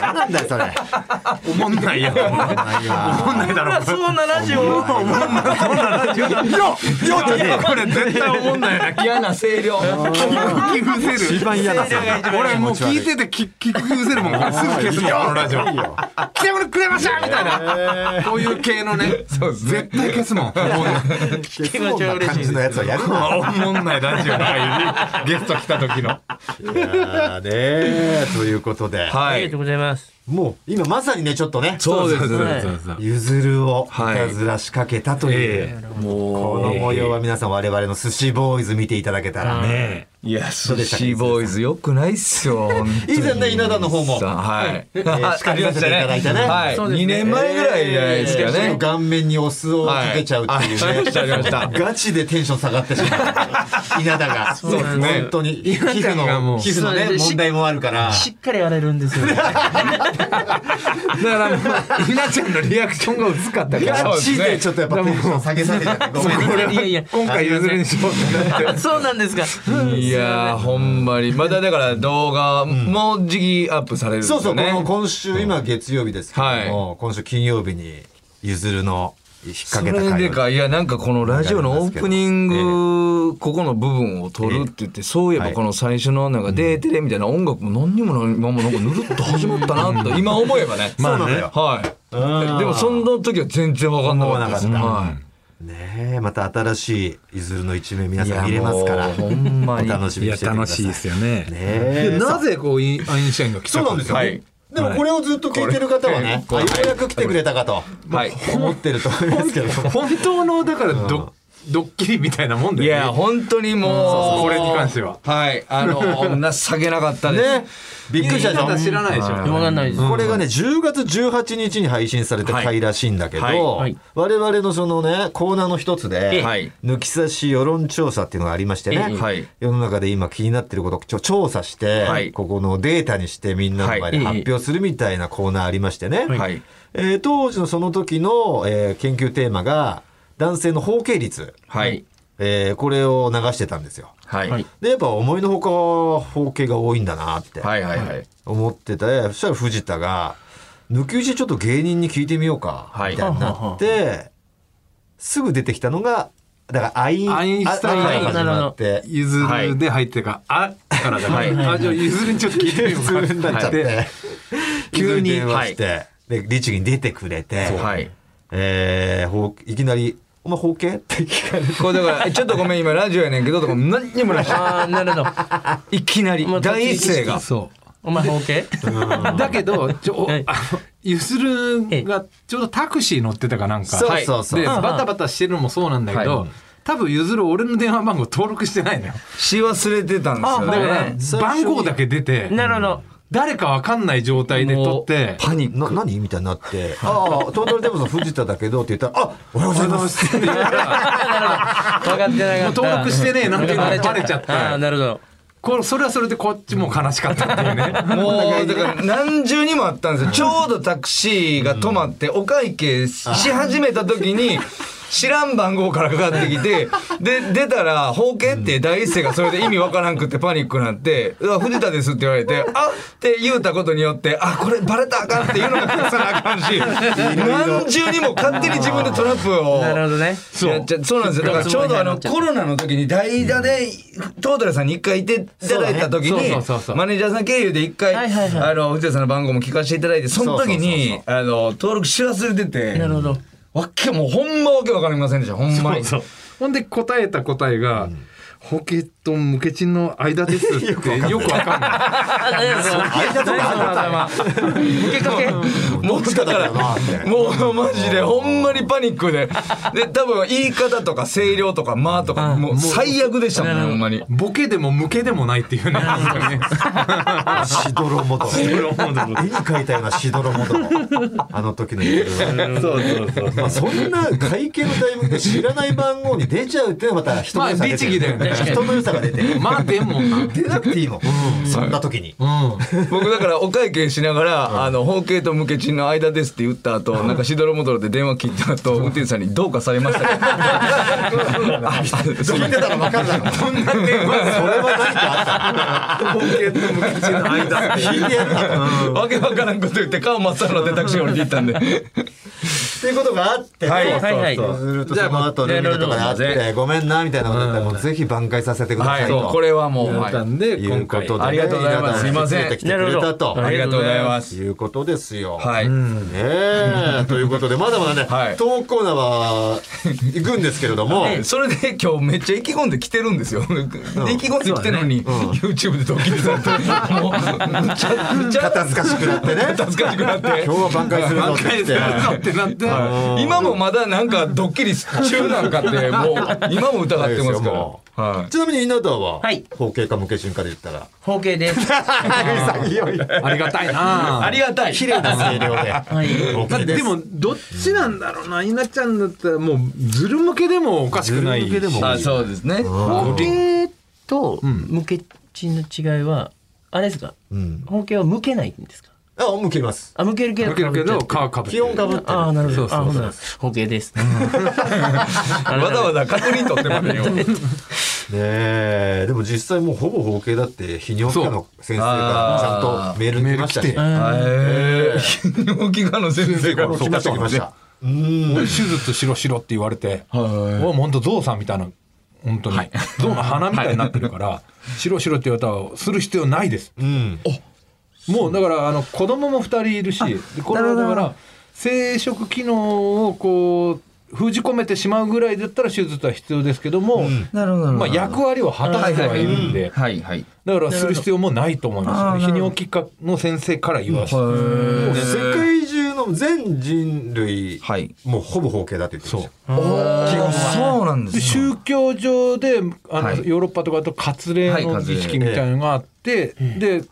Speaker 1: なんだよそれ
Speaker 2: おもんな いやおもんないだろ
Speaker 3: そんなラジオ
Speaker 2: これ絶対おもんないな
Speaker 5: 嫌な声量
Speaker 2: 聞き伏せる
Speaker 1: 一番嫌な
Speaker 2: 俺もう聞いてて聞き伏せるもんこれすぐ消すもんこのラジオ「来てもらくれました!」みたいなこういう系のね絶対消すもんもう
Speaker 1: 気持ち嬉しいのやつはやるな
Speaker 2: おもんないラジオとかいうゲスト来た時の
Speaker 1: あーねえということで、
Speaker 3: あ
Speaker 2: は
Speaker 3: りがとうございます
Speaker 1: もう今まさにねちょっとね
Speaker 2: そうですそうですそうです
Speaker 1: ゆずるをい
Speaker 2: はい
Speaker 1: たずら仕掛けたという、
Speaker 2: え
Speaker 1: この模様は皆さん我々の寿司ボーイズ見ていただけたらね、
Speaker 2: いや
Speaker 1: どうで
Speaker 2: 寿
Speaker 1: したか
Speaker 5: シーボーイズよくないっすよ本当に
Speaker 1: 以前ね稲田の方も
Speaker 5: さはい
Speaker 1: えー叱り出せていただいたね
Speaker 5: はい
Speaker 3: そうですね
Speaker 5: 2年前ぐらいじゃないですか
Speaker 1: えー
Speaker 5: ね
Speaker 1: 顔面にお酢をかけちゃうっていうね、
Speaker 5: はいあありましたありました
Speaker 1: ガチでテンション下がってしまう稲田がそう
Speaker 5: ですね
Speaker 1: 本当に皮膚
Speaker 2: 稲田がも
Speaker 1: の
Speaker 2: う
Speaker 1: 皮膚の
Speaker 3: そう
Speaker 1: ね
Speaker 3: です
Speaker 1: 問題もあるから
Speaker 3: しっかりやれるんです よ
Speaker 2: だからもうひなちゃんのリアクションが薄かったから
Speaker 1: ガチでちょっとやっぱテンション下げされちゃってごめんなさい
Speaker 3: いやいや
Speaker 2: 今回譲るにしようってなって
Speaker 3: そうなんですか
Speaker 5: いやーほんまにまただから動画もう時期アップされるんです
Speaker 1: そうそ
Speaker 5: よ
Speaker 1: う、こ
Speaker 5: ね
Speaker 1: の今週、今月曜日ですけども、今週金曜日に、ゆずるの引っ
Speaker 5: そ
Speaker 1: 掛けた
Speaker 5: れ
Speaker 1: 回
Speaker 5: で
Speaker 1: を
Speaker 5: かいやなんかこのラジオのオープニングここの部分を取るって言ってそういえばこの最初のなんか「デーテレ」みたいな音楽も何にもないままなんかぬるっと始まったなと 今思えばね
Speaker 1: そうなのよ。
Speaker 5: はいでもその時は全然分かんなかったです
Speaker 1: 思わな
Speaker 5: は
Speaker 1: ねえ、また新しいゆずるの一面皆
Speaker 5: い
Speaker 1: さん見れますから、
Speaker 5: いやもうほん
Speaker 1: お
Speaker 5: まに
Speaker 1: 楽しみにしててください。
Speaker 2: よね
Speaker 1: ね
Speaker 2: で
Speaker 1: え。
Speaker 2: なぜこうインアインシュタインが来
Speaker 1: そ
Speaker 2: た
Speaker 1: うなんですよ。でもこれをずっと聞いてる方はね、あようやく来てくれたかと
Speaker 5: はい
Speaker 1: 思ってると思いますけど。
Speaker 2: 本当のだからド,、ドッキリみたいなもん
Speaker 5: い
Speaker 2: だよね
Speaker 5: や本当にもう
Speaker 2: これに関しては
Speaker 5: はいあの情けなかったです
Speaker 1: ねびっくりしたでしょ
Speaker 2: 知らないでしょ
Speaker 3: わかんないです
Speaker 1: これがね10月18日に配信された回らしいんだけど、
Speaker 5: はいはい
Speaker 1: 我々のそのねコーナーの一つで、
Speaker 5: はい
Speaker 1: 抜き差し世論調査っていうのがありましてね、
Speaker 5: ええはい
Speaker 1: 世の中で今気になってることをちょ調査して、
Speaker 5: はい
Speaker 1: ここのデータにしてみんなの前で
Speaker 5: はい
Speaker 1: 発表するみたいなコーナーありましてね、
Speaker 5: はい
Speaker 1: えー当時のその時の、えー研究テーマが男性の包茎率、
Speaker 5: はい
Speaker 1: えーこれを流してたんですよ。
Speaker 5: はいはい
Speaker 1: でやっぱ思いのほか包茎が多いんだなって。
Speaker 5: はいはい
Speaker 1: 思っててそしたら藤田が「抜き打ちちょっと芸人に聞いてみようか」
Speaker 5: はい
Speaker 1: みたいになってすぐ出てきたのがだからアイン
Speaker 2: アインシュタイン
Speaker 1: あアインが始まって
Speaker 2: ゆずるで入ってか、あからだから、
Speaker 5: はい
Speaker 2: あじゃあゆずるにちょっと聞いてみようか
Speaker 1: 普通になっちゃって、
Speaker 5: 急に
Speaker 1: 電話して、で律儀に出てくれて、
Speaker 5: はい
Speaker 1: えーほういきなり「お前包茎?」って聞かれて。
Speaker 5: これだからえちょっとごめん今ラジオやねんけどとか何にも ない
Speaker 3: ああなるほど
Speaker 5: いきなり
Speaker 3: まあ
Speaker 5: 第一声が
Speaker 2: そ
Speaker 3: お前包茎
Speaker 2: うだけどちょ、
Speaker 3: はい
Speaker 2: あのゆずるがちょうどタクシー乗ってたかなんか
Speaker 1: そうそうそう、
Speaker 2: でバタバタしてるのもそうなんだけど、
Speaker 5: はい
Speaker 2: 多分ゆずる俺の電話番号登録してないのよ
Speaker 5: し忘れてたんですよ
Speaker 2: だか
Speaker 5: ね
Speaker 2: ら、
Speaker 3: ね
Speaker 1: 最初
Speaker 2: 番
Speaker 1: に
Speaker 2: 号だけ出て
Speaker 3: なるほど
Speaker 2: 誰かわかんない状態で撮って
Speaker 5: パニック
Speaker 1: な何みたいになって「ああトータルテンボスの藤田だけど」って言ったら「あおはようございます」
Speaker 2: って言うから
Speaker 3: 分かってなか
Speaker 2: も
Speaker 3: っ
Speaker 2: う
Speaker 3: た
Speaker 2: 登録してねえなんていうのが
Speaker 3: バレ
Speaker 2: バレちゃっ
Speaker 3: ああ
Speaker 2: て
Speaker 3: なるほど
Speaker 2: これそれはそれでこっちも悲しかったっていうね
Speaker 5: もうだから何重にもあったんですよちょうどタクシーが止まってお会計し始めた時に知らん番号からかかってきてで出たら「包茎」って第一声がそれで意味わからんくってパニックになって「うわ藤田です」って言われて「あって言うたことによって「あこれバレたらあかん」っていうのが消さなあ かんし何重にも勝手に自分でトラップを。
Speaker 3: なるほどね
Speaker 5: そうそうなんですよだからちょうどあのコロナの時に代打でトータルさんに一回いていただいた時
Speaker 2: そう
Speaker 5: に
Speaker 2: そうそうそう
Speaker 5: マネージャーさん経由で一回
Speaker 3: はいはいは
Speaker 5: あの藤田さんの番号も聞かせていただいてその時にあの登録し忘れてて
Speaker 3: なるほど
Speaker 5: わっけもうほんまわけわかりませんでしたほんまに
Speaker 2: ほんで答えた答えが、
Speaker 6: ホケとムケチンの間ですってよくわかんない。
Speaker 5: 向けかけもうだからもうマジでほんまにパニックでで多分言い方とか声量とか間とかもう最悪でしたもんねほんまに
Speaker 6: ボケでもムケでもないっていうね。
Speaker 1: しどろもどろ。絵に描いたようなしどろもどろ。あの時の夜は。
Speaker 7: そうそうそう。
Speaker 1: まあそんな会計の題目で知らない番号に出ちゃうっていうのはまた人の良さが出てる
Speaker 6: まあ律儀だよね
Speaker 1: 人の良さが出てる。
Speaker 6: まあでもな。
Speaker 1: 出なくていいもん。そんな時に。
Speaker 5: 僕だからお会計しながら「あの方形と無ケチンの間です」って言った 後なんかしどろもどろで電話切った後運転手さんに「どうかされましたか? あ」
Speaker 1: 聞いてたらわかるだろ。そんな電話、それは何かあっ
Speaker 8: 本家と無口の間
Speaker 1: た。聞いてやるなと。
Speaker 5: わけわからんこと言って顔真っ青になってタクシー降りていったんで
Speaker 1: っていうことがあって、
Speaker 5: はい
Speaker 1: そうそうそう
Speaker 9: はいはい
Speaker 1: ずっとその後ルールとかであって、ごめんなみたいなことだったら、もうぜひ挽回させてください。
Speaker 5: そうことれはもうはい
Speaker 8: なんで
Speaker 1: い
Speaker 8: 今
Speaker 1: うこ
Speaker 8: 回
Speaker 1: とで、
Speaker 5: ありがとうございま
Speaker 1: 稲田
Speaker 5: す
Speaker 1: さ
Speaker 5: すいません
Speaker 1: 連れてきてくれたと。
Speaker 9: な
Speaker 5: あり
Speaker 9: る
Speaker 5: が
Speaker 9: ほ
Speaker 5: と
Speaker 9: ど
Speaker 5: うございます
Speaker 1: いうことですよ。
Speaker 5: はい
Speaker 1: ねえ、ということで、まだまだね、
Speaker 5: はい
Speaker 1: 投稿ナは行くんですけれども、
Speaker 5: それで今日めっちゃ意気込んで来てるんですよ。で意気込んで来てるのに、YouTube でドッキリされて、もう、 むちゃくちゃ
Speaker 1: 片付かしくなってね、
Speaker 5: 恥ずかしくなって
Speaker 1: 今。日は挽回するぞって言って。
Speaker 6: ってなって。
Speaker 5: 今もまだなんかドッキリ中なんか って、もう、今も疑ってます
Speaker 1: も
Speaker 5: から。は
Speaker 1: ちなみに稲田は
Speaker 10: はい、
Speaker 1: 方形か無形瞬間で言ったら、
Speaker 10: 包茎です。
Speaker 1: 潔い。
Speaker 8: ありがたいな。
Speaker 5: い。ありがたい。
Speaker 1: 綺麗な声量で。
Speaker 10: はい。
Speaker 8: まあ、でもどっちなんだろうな稲ちゃんだったらもうずる向けでもおかしくない
Speaker 1: ずる向けでも
Speaker 5: あ、そうですね。
Speaker 10: 包茎と無けチンの違いは、あれですか
Speaker 1: うん。
Speaker 10: 包茎は向けないんですか
Speaker 1: あ、向けます。
Speaker 10: あ、向けるけど。
Speaker 8: 向けるけど皮かぶって
Speaker 1: 気温かぶってる。
Speaker 10: ああ、なるほど。あ、ほんなら、包茎です。わ
Speaker 5: わざわざ確認取ってまでよ。
Speaker 1: ねえでも実際もうほぼ包茎だって泌尿器科の先生からち
Speaker 5: そう
Speaker 1: ゃんとメール来ましたし
Speaker 6: メ
Speaker 5: へー尿器科の先生から。
Speaker 1: 来ました来ましたうん
Speaker 2: 手術しろしろって言われて、もう本当ゾウさんみたいな本当に、ゾウの鼻みたいになってるから、しろしろって言われたらする必要ないです
Speaker 1: うん
Speaker 2: もうだからあの子供も2人いるしでこれはだから生殖機能をこう封じ込めてしまうぐらいだったら手術は必要ですけども、
Speaker 5: なるほど
Speaker 2: まあ、役割を果たしてはいるんで、
Speaker 5: はいはい。
Speaker 2: だからする必要もないと思いますね泌尿器科の先生から言わせて、
Speaker 1: もう世界中の全人類
Speaker 5: はい。
Speaker 1: もうほぼ包茎だって言ってました
Speaker 5: そうなんで
Speaker 2: です
Speaker 5: ね
Speaker 2: 宗教上であの、
Speaker 5: はい
Speaker 2: ヨーロッパとかだと割
Speaker 5: は
Speaker 2: 礼
Speaker 5: い
Speaker 2: の
Speaker 5: 割礼
Speaker 2: 儀式みたいなのがあって、で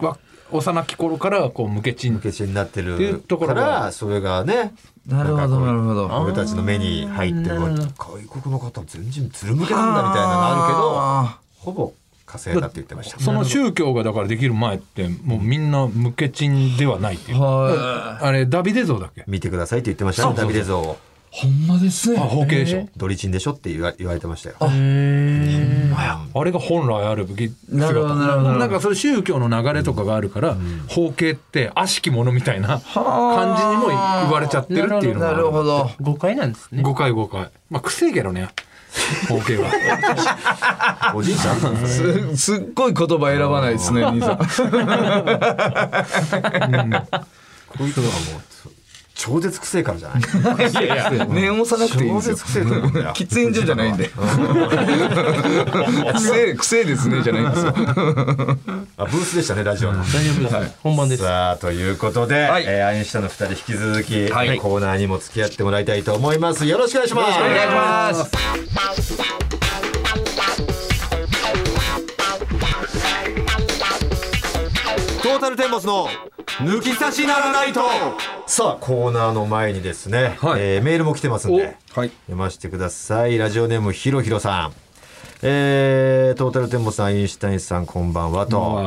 Speaker 2: わ幼き頃からこう無けちん
Speaker 1: 抜け血になって
Speaker 2: っていう
Speaker 1: る
Speaker 2: とこ
Speaker 1: か
Speaker 2: ろが
Speaker 1: らそれがね
Speaker 5: なるほどなるほ
Speaker 1: な
Speaker 5: ど
Speaker 1: んかこう俺たちの目に入ってる外国の方全人つるむけなんだみたいなのある
Speaker 5: あ
Speaker 1: けどほぼ火星だって言ってました
Speaker 2: その宗教がだからできる前ってもうみんな無けちんではないっていう、あれダビデ像だっけ
Speaker 1: 見てくださいって言ってましたねダビデ像を
Speaker 5: ほんまですね
Speaker 2: あ包茎でしょ、
Speaker 1: ドリチンでしょって言わ言われてましたよ
Speaker 2: あれが本来あるべき
Speaker 5: なるほどなるほど
Speaker 2: なんかそれ宗教の流れとかがあるから包茎って悪しきものみたいな感じにも言われちゃってるっていうのがあ
Speaker 5: なるほど
Speaker 10: 誤解なんですね。
Speaker 2: 5回5回まあくせえけどね包茎は。
Speaker 1: おじいちゃん
Speaker 5: すすっごい言葉選ばないですね兄さん
Speaker 1: こいつはもう超絶くせえからじゃない
Speaker 5: 念を押さなくていいんですよ
Speaker 1: 超絶くせえと思うんだよ
Speaker 5: 喫煙所じゃないんで 癖癖ですねじゃないんです
Speaker 1: あ
Speaker 5: よ
Speaker 1: ブースでしたねラジオの
Speaker 10: 本番です。
Speaker 1: さあということで、
Speaker 5: はい
Speaker 1: えーアインシュタインの2人引き続き、
Speaker 5: はい
Speaker 1: コーナーにも付き合ってもらいたいと思いますよろしくお願いします
Speaker 5: お願いします
Speaker 1: トータルテンボスの抜き差しならないとさあコーナーの前にですね、えーメールも来てますんで、読ませてくださいラジオネームひろひろさんえートータルテンボスアインシュタインさんこんばんはと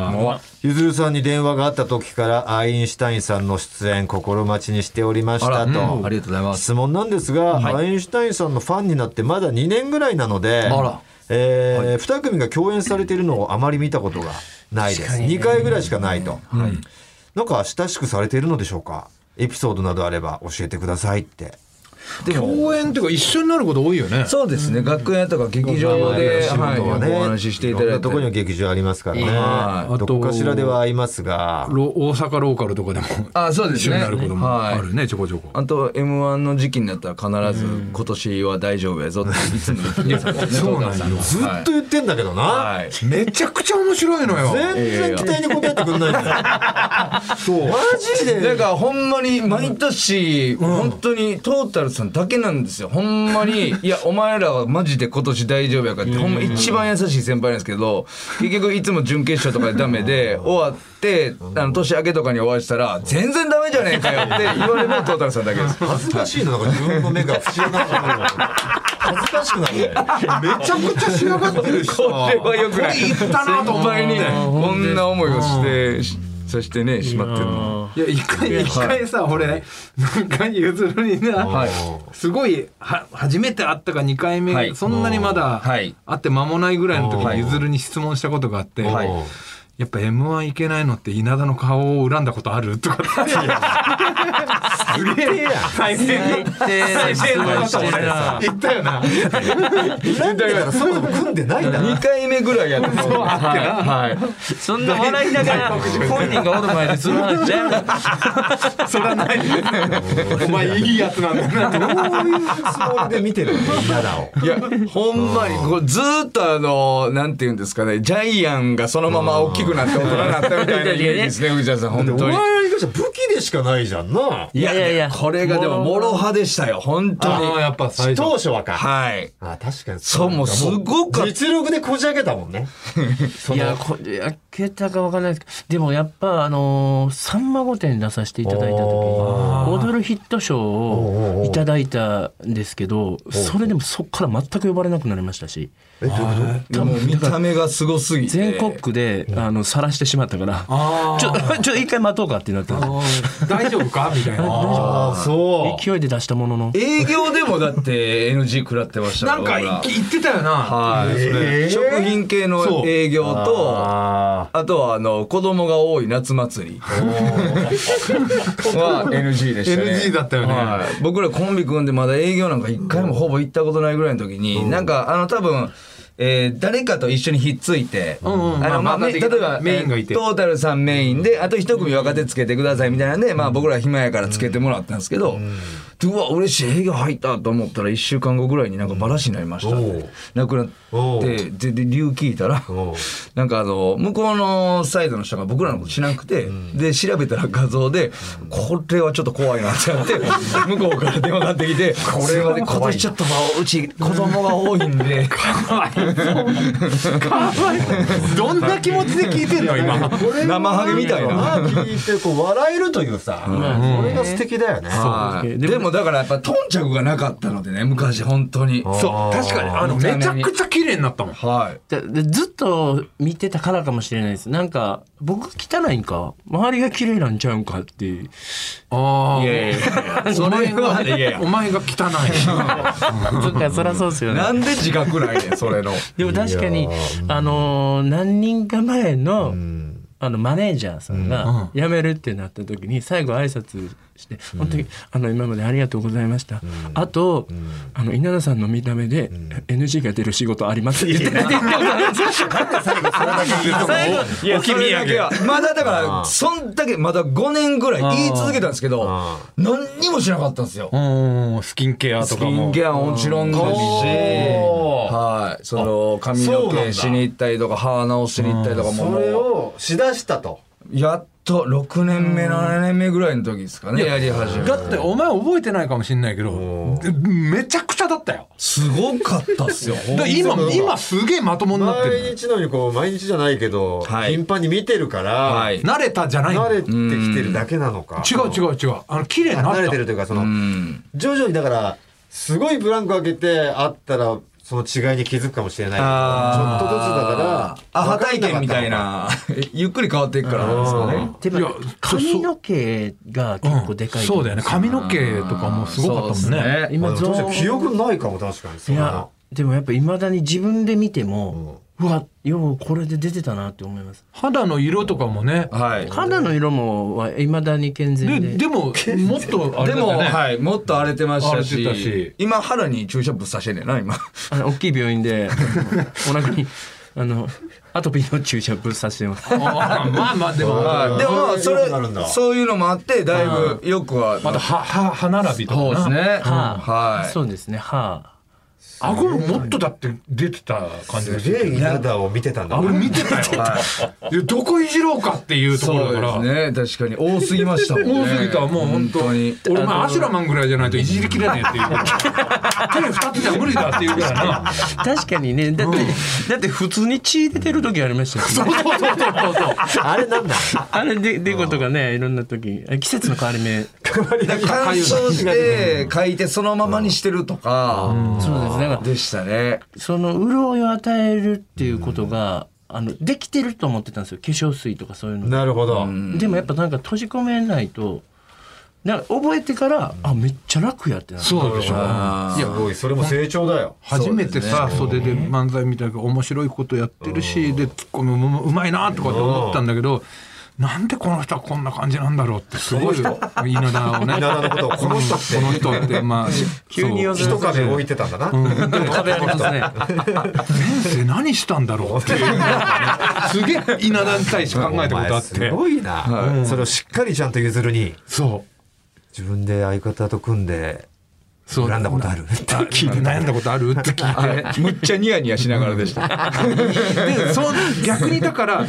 Speaker 1: ゆずるさんに電話があった時からアインシュタインさんの出演心待ちにしておりましたと、
Speaker 5: うんありがとうございます
Speaker 1: 質問なんですが、アインシュタインさんのファンになってまだ2年ぐらいなので
Speaker 5: あら、
Speaker 1: えー2組が共演されているのをあまり見たことがないです、2回ぐらいしかないと、なんか親しくされているのでしょうかエピソードなどあれば教えてくださいって
Speaker 2: 共演っていうか一緒になること多いよね
Speaker 5: そうですね、学園とか劇場で、はい、
Speaker 11: はね
Speaker 5: お話ししていただい
Speaker 11: ろんな
Speaker 5: て
Speaker 11: とこにも劇場ありますからね、
Speaker 2: はいあと
Speaker 11: どこかしらではありますが
Speaker 2: ろ大阪ローカルとかでも
Speaker 5: あそうです
Speaker 2: 一緒
Speaker 5: ね
Speaker 2: になることも
Speaker 5: はい
Speaker 2: あるね、ちょこちょこ
Speaker 5: あと m 1の時期になったら必ず今年は大丈夫やぞっていつも言ってくださるね
Speaker 2: そうなんだ
Speaker 5: 東川
Speaker 11: ず
Speaker 5: さんは
Speaker 11: っと言ってんだけどな、
Speaker 5: はいはい
Speaker 2: めちゃくちゃ面白いのよ
Speaker 11: 全然期待に応えてくんないんだよ
Speaker 2: そう
Speaker 11: マジで
Speaker 5: だからほんまに毎年、本当にトータルさんだけなんですよほんま にいやお前らはマジで今年大丈夫やからってほんま一番優しい先輩なんですけど結局いつも準決勝とかでダメで終わってあの年明けとかにお会いしたら全然ダメじゃねえかよって言われるのはトータルさんだけです
Speaker 11: 恥ずかしいのなんか自分の目が節穴になるの恥ずかしくな るねめちゃくちゃ仕上がってるし
Speaker 5: これはよくない。ったなとお前にこんな思いをして、しそしてね、しまってるの。
Speaker 12: いや一回一回さ俺なんかゆずるにな
Speaker 5: はい。
Speaker 12: すごいは初めて会ったか2回目、
Speaker 5: はい
Speaker 12: そんなにまだ
Speaker 5: はい
Speaker 12: 会って間もないぐらいの時
Speaker 11: は
Speaker 12: に
Speaker 11: い
Speaker 12: ゆずるに質問したことがあって、
Speaker 11: はい
Speaker 12: やっぱ m 1いけないのって稲田の顔を恨んだことあるとかってすげえ最低
Speaker 5: 最低なこと
Speaker 12: 俺
Speaker 5: な
Speaker 11: 言ったよな言ったよなそもそも組んでないんだな
Speaker 5: 2回目ぐらいやってそうはいはい
Speaker 3: そんな笑いながら本人がおる前でその話じゃなかっ
Speaker 12: そらないお前いいやつなんだよな
Speaker 11: どういうつもりで見てるの 嫌だを
Speaker 5: いやほんまにこうずーっとあのなんていうんですかねジャイアンがそのまま大きくなって大人になったみたいなイメージですね藤田さん本
Speaker 11: でお
Speaker 5: 当に
Speaker 11: 前らに関しては武器でしかないじゃんない
Speaker 5: やい
Speaker 3: いや
Speaker 5: や
Speaker 3: いや
Speaker 5: これがでももろ派でしたよ本当に
Speaker 2: ああやっぱ最
Speaker 11: 当
Speaker 2: 初
Speaker 11: 初はか
Speaker 5: はい
Speaker 11: あ確かに
Speaker 5: そうもうすごかった
Speaker 11: 実力でこじ開けたもんね
Speaker 3: た
Speaker 11: そ
Speaker 10: い
Speaker 11: の
Speaker 10: やこれ開けたかわかんないですけどでもやっぱあのーさんま御殿」に出させていただいた時に「踊るヒットショー」をいただいたんですけどそれでもそっから全く呼ばれなくなりましたし
Speaker 11: えどういうこと
Speaker 5: でも見た目がすごすぎて
Speaker 10: 全国区であの晒してしまったからちょ ちょっと一回待とうかってなったんですよ
Speaker 12: 大丈夫かみた いな
Speaker 11: ああそう
Speaker 10: 勢いで出したものの
Speaker 5: 営業でもだって NG 食らってました
Speaker 12: なんか
Speaker 5: 僕ら
Speaker 12: 言ってたよな
Speaker 5: はい、それ
Speaker 11: えー
Speaker 5: 食品系の営業とあ
Speaker 11: あ
Speaker 5: とはあの子供が多い夏祭り は NG でしたね
Speaker 12: NG だったよね
Speaker 5: はい僕らコンビ組んでまだ営業なんか一回もほぼ行ったことないぐらいの時になんかあの多分えー誰かと一緒にひっついて、
Speaker 12: うん
Speaker 5: あの
Speaker 12: ま
Speaker 5: ま
Speaker 12: あ
Speaker 5: あ、
Speaker 12: まあ
Speaker 5: め例えば
Speaker 12: メインがいて
Speaker 5: えートータルさんメインであと一組若手つけてくださいみたいなんで、まあ、僕ら暇やからつけてもらったんですけど、でうわ嬉しい営業入ったと思ったら1週間後ぐらいになんかバラシになりました、
Speaker 11: うんおう
Speaker 5: なくなってでで理由聞いたら
Speaker 11: おう
Speaker 5: なんかあの向こうのサイドの人が僕らのことしなくて、で調べたら画像で、これはちょっと怖いなって なって向こうから電話がかかってきてこれはね今年ちょっとまあうち子供が多いんで
Speaker 12: どんな気持ちで聞いてんの今
Speaker 5: 生ハゲみたいな。
Speaker 11: あ聞いてこう笑えるというさそれが素敵だよ ね
Speaker 5: はいでもだからやっぱ頓着がなかったのでね昔本当に
Speaker 12: そう確かにあの
Speaker 5: 見た目
Speaker 12: め
Speaker 5: に
Speaker 12: ちゃくちゃ綺麗になったもん
Speaker 5: はい
Speaker 10: ででずっと見てたからかもしれないですなんか僕汚いんか周りが綺麗なんちゃうんかっていう
Speaker 12: ああ
Speaker 5: それはねいやい
Speaker 12: お
Speaker 5: や
Speaker 12: 前が汚い
Speaker 10: そっかそりゃそうですよね
Speaker 5: なんで自覚ないねんそれの
Speaker 10: でも確かに、あのー何人か前の、あのマネージャーさんが辞めるってなった時に最後挨拶して「本当にあの今までありがとうございました」あと、あの稲田さんの見た目で NG が出る仕事あります」って言って
Speaker 5: いや君やけはまだだからそんだけまだ5年ぐらい言い続けたんですけど何にもしなかったんです よ
Speaker 2: うんスキンケアと
Speaker 5: ス
Speaker 2: か
Speaker 5: キン
Speaker 2: も
Speaker 5: ケアもちろんですし、はい、その髪の毛しに行ったりとか歯直しに行ったりとかも
Speaker 11: それ
Speaker 5: もう
Speaker 11: をしだしたと
Speaker 5: やっと6年目7年目ぐらいの時ですかねやり始めた
Speaker 2: だってお前覚えてないかもしれないけどめちゃくちゃだったよ
Speaker 5: すごかったっすよ
Speaker 2: だから今今すげえまともになって
Speaker 11: 毎
Speaker 2: る
Speaker 11: 日のようにこう毎日じゃないけど
Speaker 5: はい
Speaker 11: 頻繁に見てるから
Speaker 5: はい
Speaker 2: 慣れたじゃないん
Speaker 11: 慣
Speaker 2: だ
Speaker 11: れ
Speaker 2: よ
Speaker 11: てきてるだけなのか
Speaker 2: 違う違う違うあの綺麗になっ
Speaker 11: 慣れ
Speaker 2: た
Speaker 11: てるというかその
Speaker 5: うん
Speaker 11: 徐々にだからすごいブランク開けてあったらその違いに気づくかもしれないけどちょ
Speaker 5: あ
Speaker 11: っとずつだから
Speaker 5: アハ
Speaker 11: 分か
Speaker 5: 体
Speaker 11: んな
Speaker 5: 験
Speaker 11: かった
Speaker 5: みたいな ゆっくり変わっていくからなんですよね
Speaker 10: でも髪の毛が結構でかい、
Speaker 2: そうだよね髪の毛とかもすごかったもんね
Speaker 5: そうっす
Speaker 10: 今
Speaker 11: まあで
Speaker 10: ゾ
Speaker 11: も
Speaker 10: ー
Speaker 11: 確か
Speaker 10: ン
Speaker 11: に記憶ないかも確かにそ
Speaker 10: い
Speaker 11: んな
Speaker 10: やでもやっぱいまだに自分で見ても、うわようこれで出てたなって思います
Speaker 2: 肌の色とかもね。
Speaker 13: はい。
Speaker 10: 肌の色もはいまだに健
Speaker 2: で
Speaker 10: 全で
Speaker 2: でももっとあれ
Speaker 5: で
Speaker 2: だよ
Speaker 5: も、
Speaker 2: ね。
Speaker 5: はい、もっと荒れてましたし
Speaker 2: 荒れてたし
Speaker 5: 今肌に注射ぶっ刺してんねん な今
Speaker 10: あの大きい病院でお腹にあのアトピーの注射ぶっ刺してます
Speaker 2: あーまあまあでも。
Speaker 5: でもまあそれ
Speaker 11: 良くなるんだ
Speaker 5: そういうのもあってだいぶよくは
Speaker 2: また歯歯歯並びとかな。
Speaker 5: ね
Speaker 10: はあ
Speaker 5: はい
Speaker 10: そうですねは
Speaker 2: 顎ももっとだって出てた感じがす
Speaker 11: す
Speaker 2: る。
Speaker 11: げえ稲田を見てたんだ
Speaker 2: 俺見てたよ。いやどこいじろうかっていうところだから。
Speaker 5: そうですね確かに多すぎましたもんね
Speaker 2: 多すぎたもう本当
Speaker 5: に
Speaker 2: 俺まあアシュラマンぐらいじゃないといじりきれねえっていう手二つじゃ無理だっていうぐらいな
Speaker 10: あ確かにねだって、だって普通に血出てる時ありましたよね
Speaker 2: そうそうそうそうそう
Speaker 11: あれなんだ
Speaker 10: あれでデコとかねいろんな時あ季節の変わり目
Speaker 5: 乾燥して書いてそのままにしてるとか
Speaker 10: そうですね
Speaker 5: でしたね
Speaker 10: その潤いを与えるっていうことが、あのできてると思ってたんですよ化粧水とかそういうの
Speaker 11: なるほど、
Speaker 10: でもやっぱなんか閉じ込めないとなんか覚えてから、あめっちゃ楽やってなる
Speaker 2: そうでしょ
Speaker 11: すごいそれも成長だよ
Speaker 2: 初めてさ袖で漫才みたいな面白いことやってるしでツッコミもうまいなとかって思ったんだけどなんでこの人はこんな感じなんだろうってすごいよ稲田をね
Speaker 11: 稲田のことをこの人って
Speaker 2: この人ってまあ
Speaker 10: 急に
Speaker 2: そう
Speaker 10: 呼び
Speaker 11: 一
Speaker 10: 出
Speaker 11: 壁置いてたんだな、
Speaker 10: 壁ありますね
Speaker 2: 前世何したんだろうっていうすげえ稲田に対して考えたことあっ
Speaker 11: お
Speaker 2: て
Speaker 11: 前すごいな、それをしっかりちゃんと譲るに
Speaker 2: そう
Speaker 11: 自分で相方と組んで
Speaker 2: そ
Speaker 11: 恨んだことあるって
Speaker 2: 聞いて悩んだことあるって聞いて
Speaker 5: あれむっちゃニヤニヤしながらでした
Speaker 2: でそう逆にだから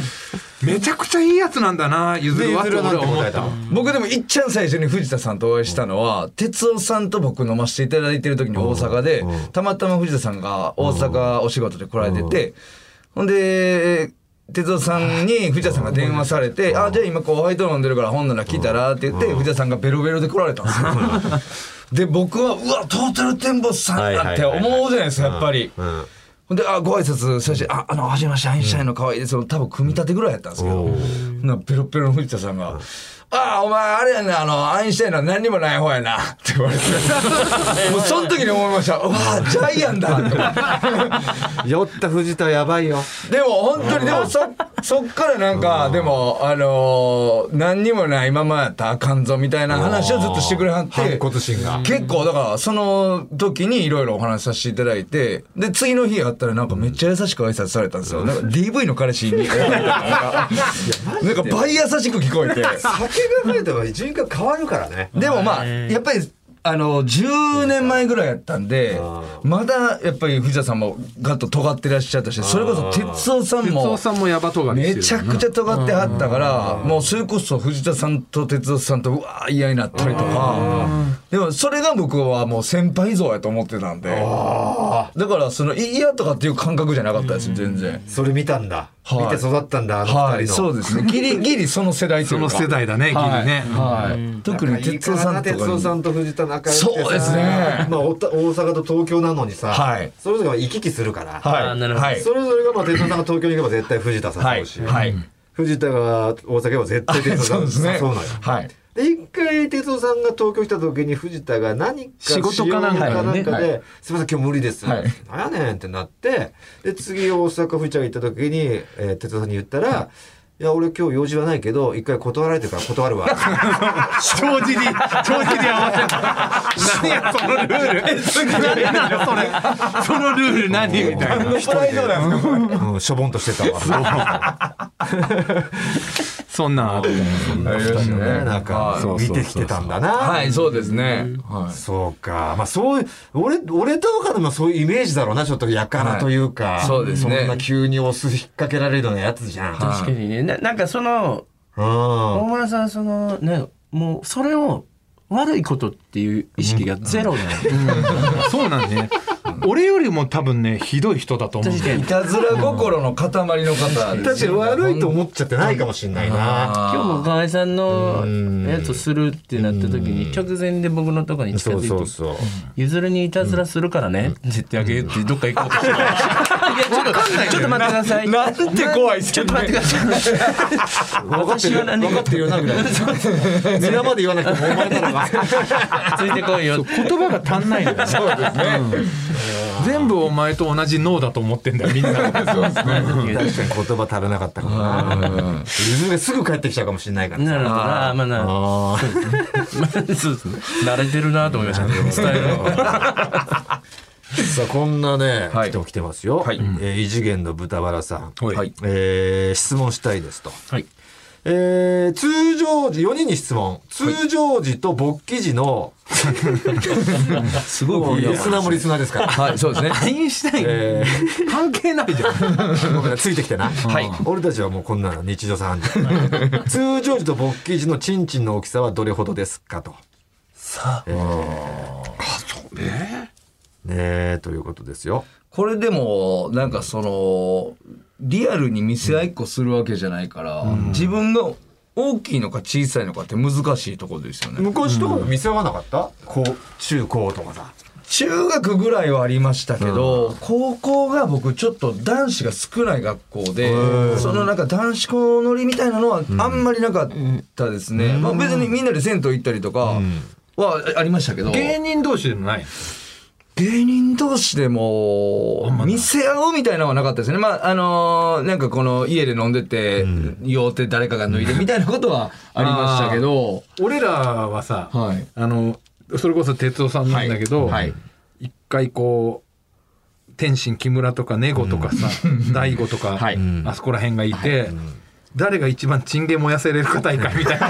Speaker 2: めちゃくちゃいいやつなんだな譲るはって俺は思った
Speaker 11: で
Speaker 5: 僕でもいっちゃん最初に藤田さんとお会いしたのは哲夫さんと僕飲ませていただいてる時に大阪でたまたま藤田さんが大阪お仕事で来られててほんで哲夫さんに藤田さんが電話されて「あじゃあ今後輩と飲んでるから本なら来たら」って言って藤田さんがベロベロで来られたんですよ。で僕は「うわトータルテンボスさんだ」って思うじゃないですかやっぱり。
Speaker 11: うん
Speaker 5: ほんで、あ、ご挨拶、最初、あ、あの、はじめまして、アインシュタインの可愛いです。その多分、組み立てぐらいやったんですけど、な、ペロペロの藤田さんが、あ、お前、あれやな、あの、アインシュタインの何にもない方やな、って言われて、 もう、その時に思いました。うわジャイアンだ、って思って
Speaker 11: 酔った藤田やばいよ
Speaker 5: でも、本当に、でも、そ、そっからなんか、でも、あのー何にもないままやったらあかんぞ、みたいな話をずっとしてくれはって、
Speaker 11: 反骨心が
Speaker 5: 結構だからその時にいろいろお話しさせていただいてで次の日あったらなんかめっちゃ優しく挨拶されたんですよ、なんか DV の彼氏 になんか倍優しく聞こえて
Speaker 11: 酒が増えたら人格変わるからね
Speaker 5: でもまあやっぱりあの10年前ぐらいやったんでまだやっぱり藤田さんもガッと尖ってらっしゃったしそれこそ哲夫さん
Speaker 2: 哲夫
Speaker 5: も
Speaker 2: さんもヤバとが
Speaker 5: めちゃくちゃ尖ってはったからもうそれこそ藤田さんと哲夫さんとうわー嫌になったりとかでもそれが僕はもう先輩像やと思ってたんでだからその嫌とかっていう感覚じゃなかったです全然
Speaker 11: それ見たんだ、
Speaker 5: はい
Speaker 11: 見て育ったんだあの
Speaker 5: はい
Speaker 11: 二人の、
Speaker 5: そうですねギリギリその世代 と
Speaker 2: そ
Speaker 5: いう
Speaker 2: の
Speaker 5: か
Speaker 2: 世代だねギリ
Speaker 5: はい
Speaker 2: ね
Speaker 5: はい特に
Speaker 11: いい
Speaker 5: 哲
Speaker 11: か
Speaker 5: 夫
Speaker 11: ら
Speaker 5: さ
Speaker 11: な
Speaker 5: と
Speaker 11: ん哲
Speaker 5: か
Speaker 11: 夫
Speaker 5: に
Speaker 11: さんと藤田仲良くてさ
Speaker 5: そうですね
Speaker 11: まあ、おた大阪と東京なのにさ、
Speaker 5: はい
Speaker 11: それぞれが行き来するから、
Speaker 5: は
Speaker 10: あ
Speaker 5: い
Speaker 10: なるほど
Speaker 5: はい
Speaker 11: それぞれが、まあ、哲夫さんが東京に行けば絶対藤田
Speaker 5: は
Speaker 11: さん
Speaker 5: い
Speaker 11: うし、
Speaker 5: はい
Speaker 11: 藤田が大阪は絶対哲夫さ
Speaker 5: そ
Speaker 11: ん
Speaker 5: う
Speaker 11: を
Speaker 5: ですね
Speaker 11: 誘うのよ。
Speaker 5: はい
Speaker 11: で一回哲夫さんが東京来た時に藤田が何か
Speaker 2: 仕事かなんか
Speaker 11: 仕事
Speaker 2: ね
Speaker 11: で、
Speaker 5: は
Speaker 11: すみません今日無理です」
Speaker 5: はい
Speaker 11: なんやねん」ってなってで次大阪藤田が行った時に、えー哲夫さんに言ったら「いや俺今日用事はないけど一回断られてるから断る わ」
Speaker 2: 長寿に長寿に合わせた何やそのルール何なのそれそのルール何みたいな
Speaker 5: のプライドなんですか
Speaker 11: うん、しょぼんと してたわ。
Speaker 2: そんなんあって
Speaker 5: ありましたね
Speaker 11: なんか
Speaker 5: はい
Speaker 11: 見てきてたんだ
Speaker 5: は
Speaker 11: な。
Speaker 5: いそうですねはい
Speaker 11: そうか、まあそういう、俺、俺とかでもそういうイメージだろうな、ちょっとやからというか。
Speaker 5: いそうですね
Speaker 11: そんな急に押す引っ掛けられるようなやつじゃん。
Speaker 10: 確かにねななんかその大村さんそのねもうそれを悪いことっていう意識がゼロなの、
Speaker 2: そうなんね 俺よりも多分ねひどい人だと思う
Speaker 10: 確かに
Speaker 5: いたずら心の塊の方
Speaker 11: う
Speaker 5: で
Speaker 11: ん。だっ
Speaker 5: す
Speaker 11: て
Speaker 5: よ
Speaker 11: 悪いと思っちゃってないかもしんないな。
Speaker 10: 今日も河合さんのやつするってなった時に直前で僕のとこに近づ
Speaker 11: そう
Speaker 10: いて
Speaker 11: そうそう。
Speaker 10: 譲るにいたずらするからね、絶対あげるってどっか行こうとしてるいやちょっとちょっと待ってください
Speaker 5: ななんて怖いっすね
Speaker 10: ちょっと待ってください私は何分かってるよなぐらいつ
Speaker 11: 皆まで言わなくてもお前ならば。
Speaker 10: いてこいよ
Speaker 2: 言葉が足んないのよね
Speaker 5: そうですね。
Speaker 2: 全部お前と同じ脳だと思ってんだよみんなそうですね
Speaker 11: 確かに言葉足らなかったかもな。泉がすぐ帰ってきちゃうかもしれないから
Speaker 10: なるほど
Speaker 11: さ。
Speaker 10: なまあな
Speaker 11: あー
Speaker 10: そうですね慣れてるなと思いましたねスタイルは
Speaker 11: さあこんなね、
Speaker 13: はい
Speaker 11: 人来てますよ。
Speaker 13: はい
Speaker 11: えー異次元の豚バラさん、
Speaker 13: はい
Speaker 11: えー質問したいですと。
Speaker 10: はい
Speaker 11: えー通常時4人に質問通常時と勃起時の、
Speaker 5: すごい
Speaker 11: リスナーもリスナーですから、
Speaker 5: はい、そうですね。
Speaker 2: アインシュタイン
Speaker 11: え
Speaker 2: 関係ないじゃん
Speaker 11: ーごめんなついてきてな、俺たちはもうこんなの日常茶飯事通常時と勃起時のチンチンの大きさはどれほどですかと
Speaker 5: さあ、
Speaker 11: ねえということですよ
Speaker 5: これでも、なんかその、リアルに見せ合いっこするわけじゃないから、自分が大きいのか小さいのかって難しいところですよね。
Speaker 11: 昔とか見せ合わなかった、こう中高とかさ
Speaker 5: 中学ぐらいはありましたけど、高校が僕ちょっと男子が少ない学校で、そのなんか男子校乗りみたいなのはあんまりなかったですね。まあ別にみんなで銭湯行ったりとかはあありましたけど。
Speaker 2: 芸人同士でもない
Speaker 5: 芸人同士でも、見せ合うみたいなのはなかったですね。まあ、あのーなんかこの家で飲んでて、用手誰かが脱いでみたいなことはありましたけど、
Speaker 2: 俺らはさ、
Speaker 5: はい
Speaker 2: あのそれこそ哲夫さんなんだけど、
Speaker 5: はいはい
Speaker 2: 一回こう天心木村とかネゴとかさ、大悟とか、
Speaker 5: はい
Speaker 2: うんあそこら辺がいて、誰が一番チンゲ燃やせれるか大会みた いな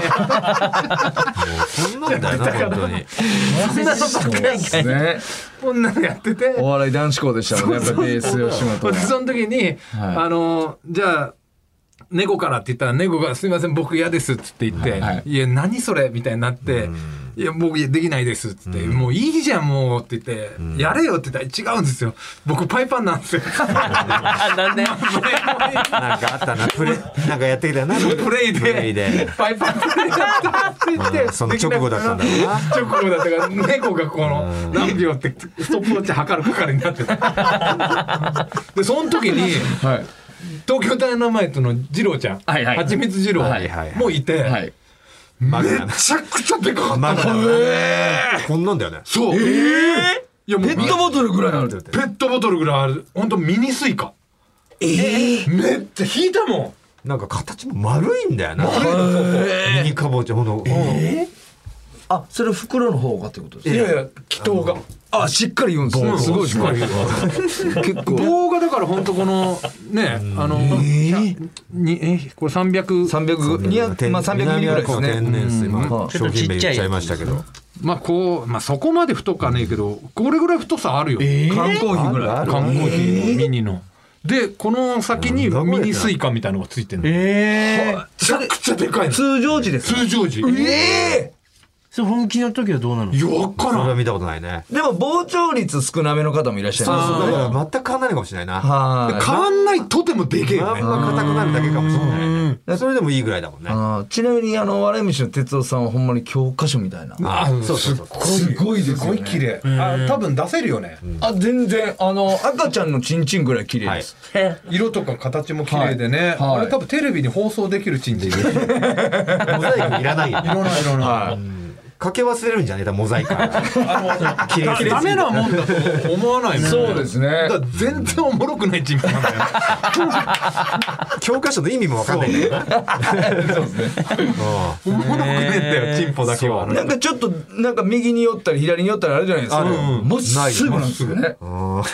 Speaker 11: そんなんだよ な本当に
Speaker 5: そんなことですね。
Speaker 2: こんなのやってて
Speaker 5: お笑い男子校でしたもんね、やっぱベース吉本は
Speaker 2: でその時に、あのじゃあ猫からって言ったら猫が「すいません僕嫌です」っつって言って「い
Speaker 5: はい
Speaker 2: や何それ」みたいになって「いや僕できないです」っつって「もういいじゃんもう」って言って「やれよ」って言ったら「違うんですよ僕パイパンなんですよ」
Speaker 10: あな んで
Speaker 11: なんかあったなプレなんかやってきたよな
Speaker 2: プレイで
Speaker 11: プレイで
Speaker 2: パイパンプレイだって言って
Speaker 11: うんその直後だったんだろうな
Speaker 2: 直後だったから猫がこの何秒ってストップウォッチ測る係になってた でその時に
Speaker 5: はい。
Speaker 2: 東京ダイナマイトの二郎ちゃん
Speaker 5: はいはい
Speaker 2: はちみつ二郎
Speaker 5: はい
Speaker 11: はい
Speaker 2: もいて、
Speaker 5: はい。
Speaker 11: マグナ
Speaker 2: めちゃくちゃでかかった
Speaker 11: マグナ
Speaker 2: の、
Speaker 11: こんなんだよね
Speaker 2: そう、いやもうペ
Speaker 5: ペットボトルぐらいあるって。
Speaker 2: ットボトルぐらいある本当ミニスイカえー、めっちゃ引いたもん
Speaker 11: なんか形も丸いんだよなミニかぼちゃほんと
Speaker 5: あ、それ袋の方がってことです
Speaker 2: い
Speaker 5: ね。
Speaker 2: やいや祈祷が
Speaker 5: あ、しっかり言うんですね。すごいしっかり言う。結構。
Speaker 2: 棒がだから本当このねあの、にえこれ300
Speaker 5: 300、200、まあ300ミリぐらいですね。
Speaker 11: 天然水、
Speaker 5: うん
Speaker 11: まあ、商品名言っちゃいましたけど。
Speaker 2: まあこう、まあ、そこまで太かねえけどこれぐらい太さあるよ、
Speaker 5: 缶コーヒーぐらい。
Speaker 11: ある
Speaker 2: 缶コーヒーのミニの。でこの先にミニスイカみたいのがついてるのめちゃくちゃでかいの
Speaker 5: 通常時です。
Speaker 2: 通常時え
Speaker 10: それ本気の時はどうなの
Speaker 2: えよっか
Speaker 11: これ
Speaker 2: な
Speaker 11: はい見たことないね。
Speaker 5: でも膨張率少なめの方もいらっしゃい
Speaker 11: だ
Speaker 5: ますよね。
Speaker 11: から全く変わんないのかもしれないな。
Speaker 5: はい。
Speaker 2: 変わんないとでもでけえよ
Speaker 11: まん
Speaker 2: ね
Speaker 11: ま硬くなるだけかもしれないね。それでもいいぐらいだもんね。
Speaker 5: あーちなみにあの笑い飯の哲夫さんはほんまに教科書みたいな。
Speaker 11: あ、そうそうそう。
Speaker 5: すごいです
Speaker 2: ごい綺麗あ多分出せるよね
Speaker 5: あ全然あの赤ちゃんのチンチンぐらい綺麗です。
Speaker 2: 色とか形も綺麗でね
Speaker 5: はい
Speaker 2: あれ多分テレビに放送できるチンチンいら
Speaker 11: モザイクいらないよ
Speaker 2: な
Speaker 11: ね。
Speaker 2: いいらない
Speaker 11: かけ忘れるんじゃねえだ、モザイク。 綺麗すぎて
Speaker 2: ダメなもんだと思わないもん
Speaker 5: そうですね
Speaker 2: だから全然おもろくないチンチンなんだよ
Speaker 11: 教科書の意味もわかんないんだよな。
Speaker 2: おもろくねえんだよチンポだけは
Speaker 5: なんかちょっとなんか右に寄ったり左に寄ったりあるじゃないですか。まっすぐなんですよね。
Speaker 10: 反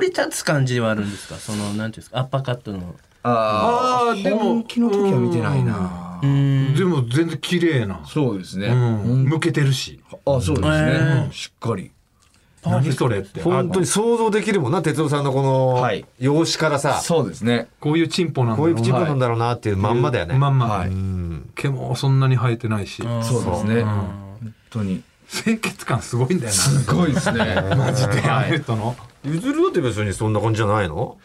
Speaker 10: り立つ感じはあるんですかそのなんていうんですかアッパーカットの
Speaker 5: あ
Speaker 2: あーで
Speaker 5: あ 本
Speaker 2: も
Speaker 5: 気の時は見てないな。
Speaker 2: でも全然綺麗な
Speaker 5: そうですね。
Speaker 2: うん向けてるし
Speaker 5: あそうですね。しっかり。
Speaker 2: 何それって
Speaker 11: 本当に想像できるもんな、哲夫さんのこの
Speaker 5: はい、
Speaker 11: 容姿からさ、
Speaker 5: そうですね。
Speaker 2: こういうチンポなんだ
Speaker 11: こういう口分なんだろうなっていうまんまだよね。
Speaker 2: まんま、
Speaker 5: はい
Speaker 2: 毛もそんなに生えてないし
Speaker 5: そうですね。本当に。
Speaker 2: 清潔感すごいんだよ
Speaker 5: すごいです ね。
Speaker 2: なマジでアメフトの
Speaker 11: ゆずるだって別にそんな感じじゃないの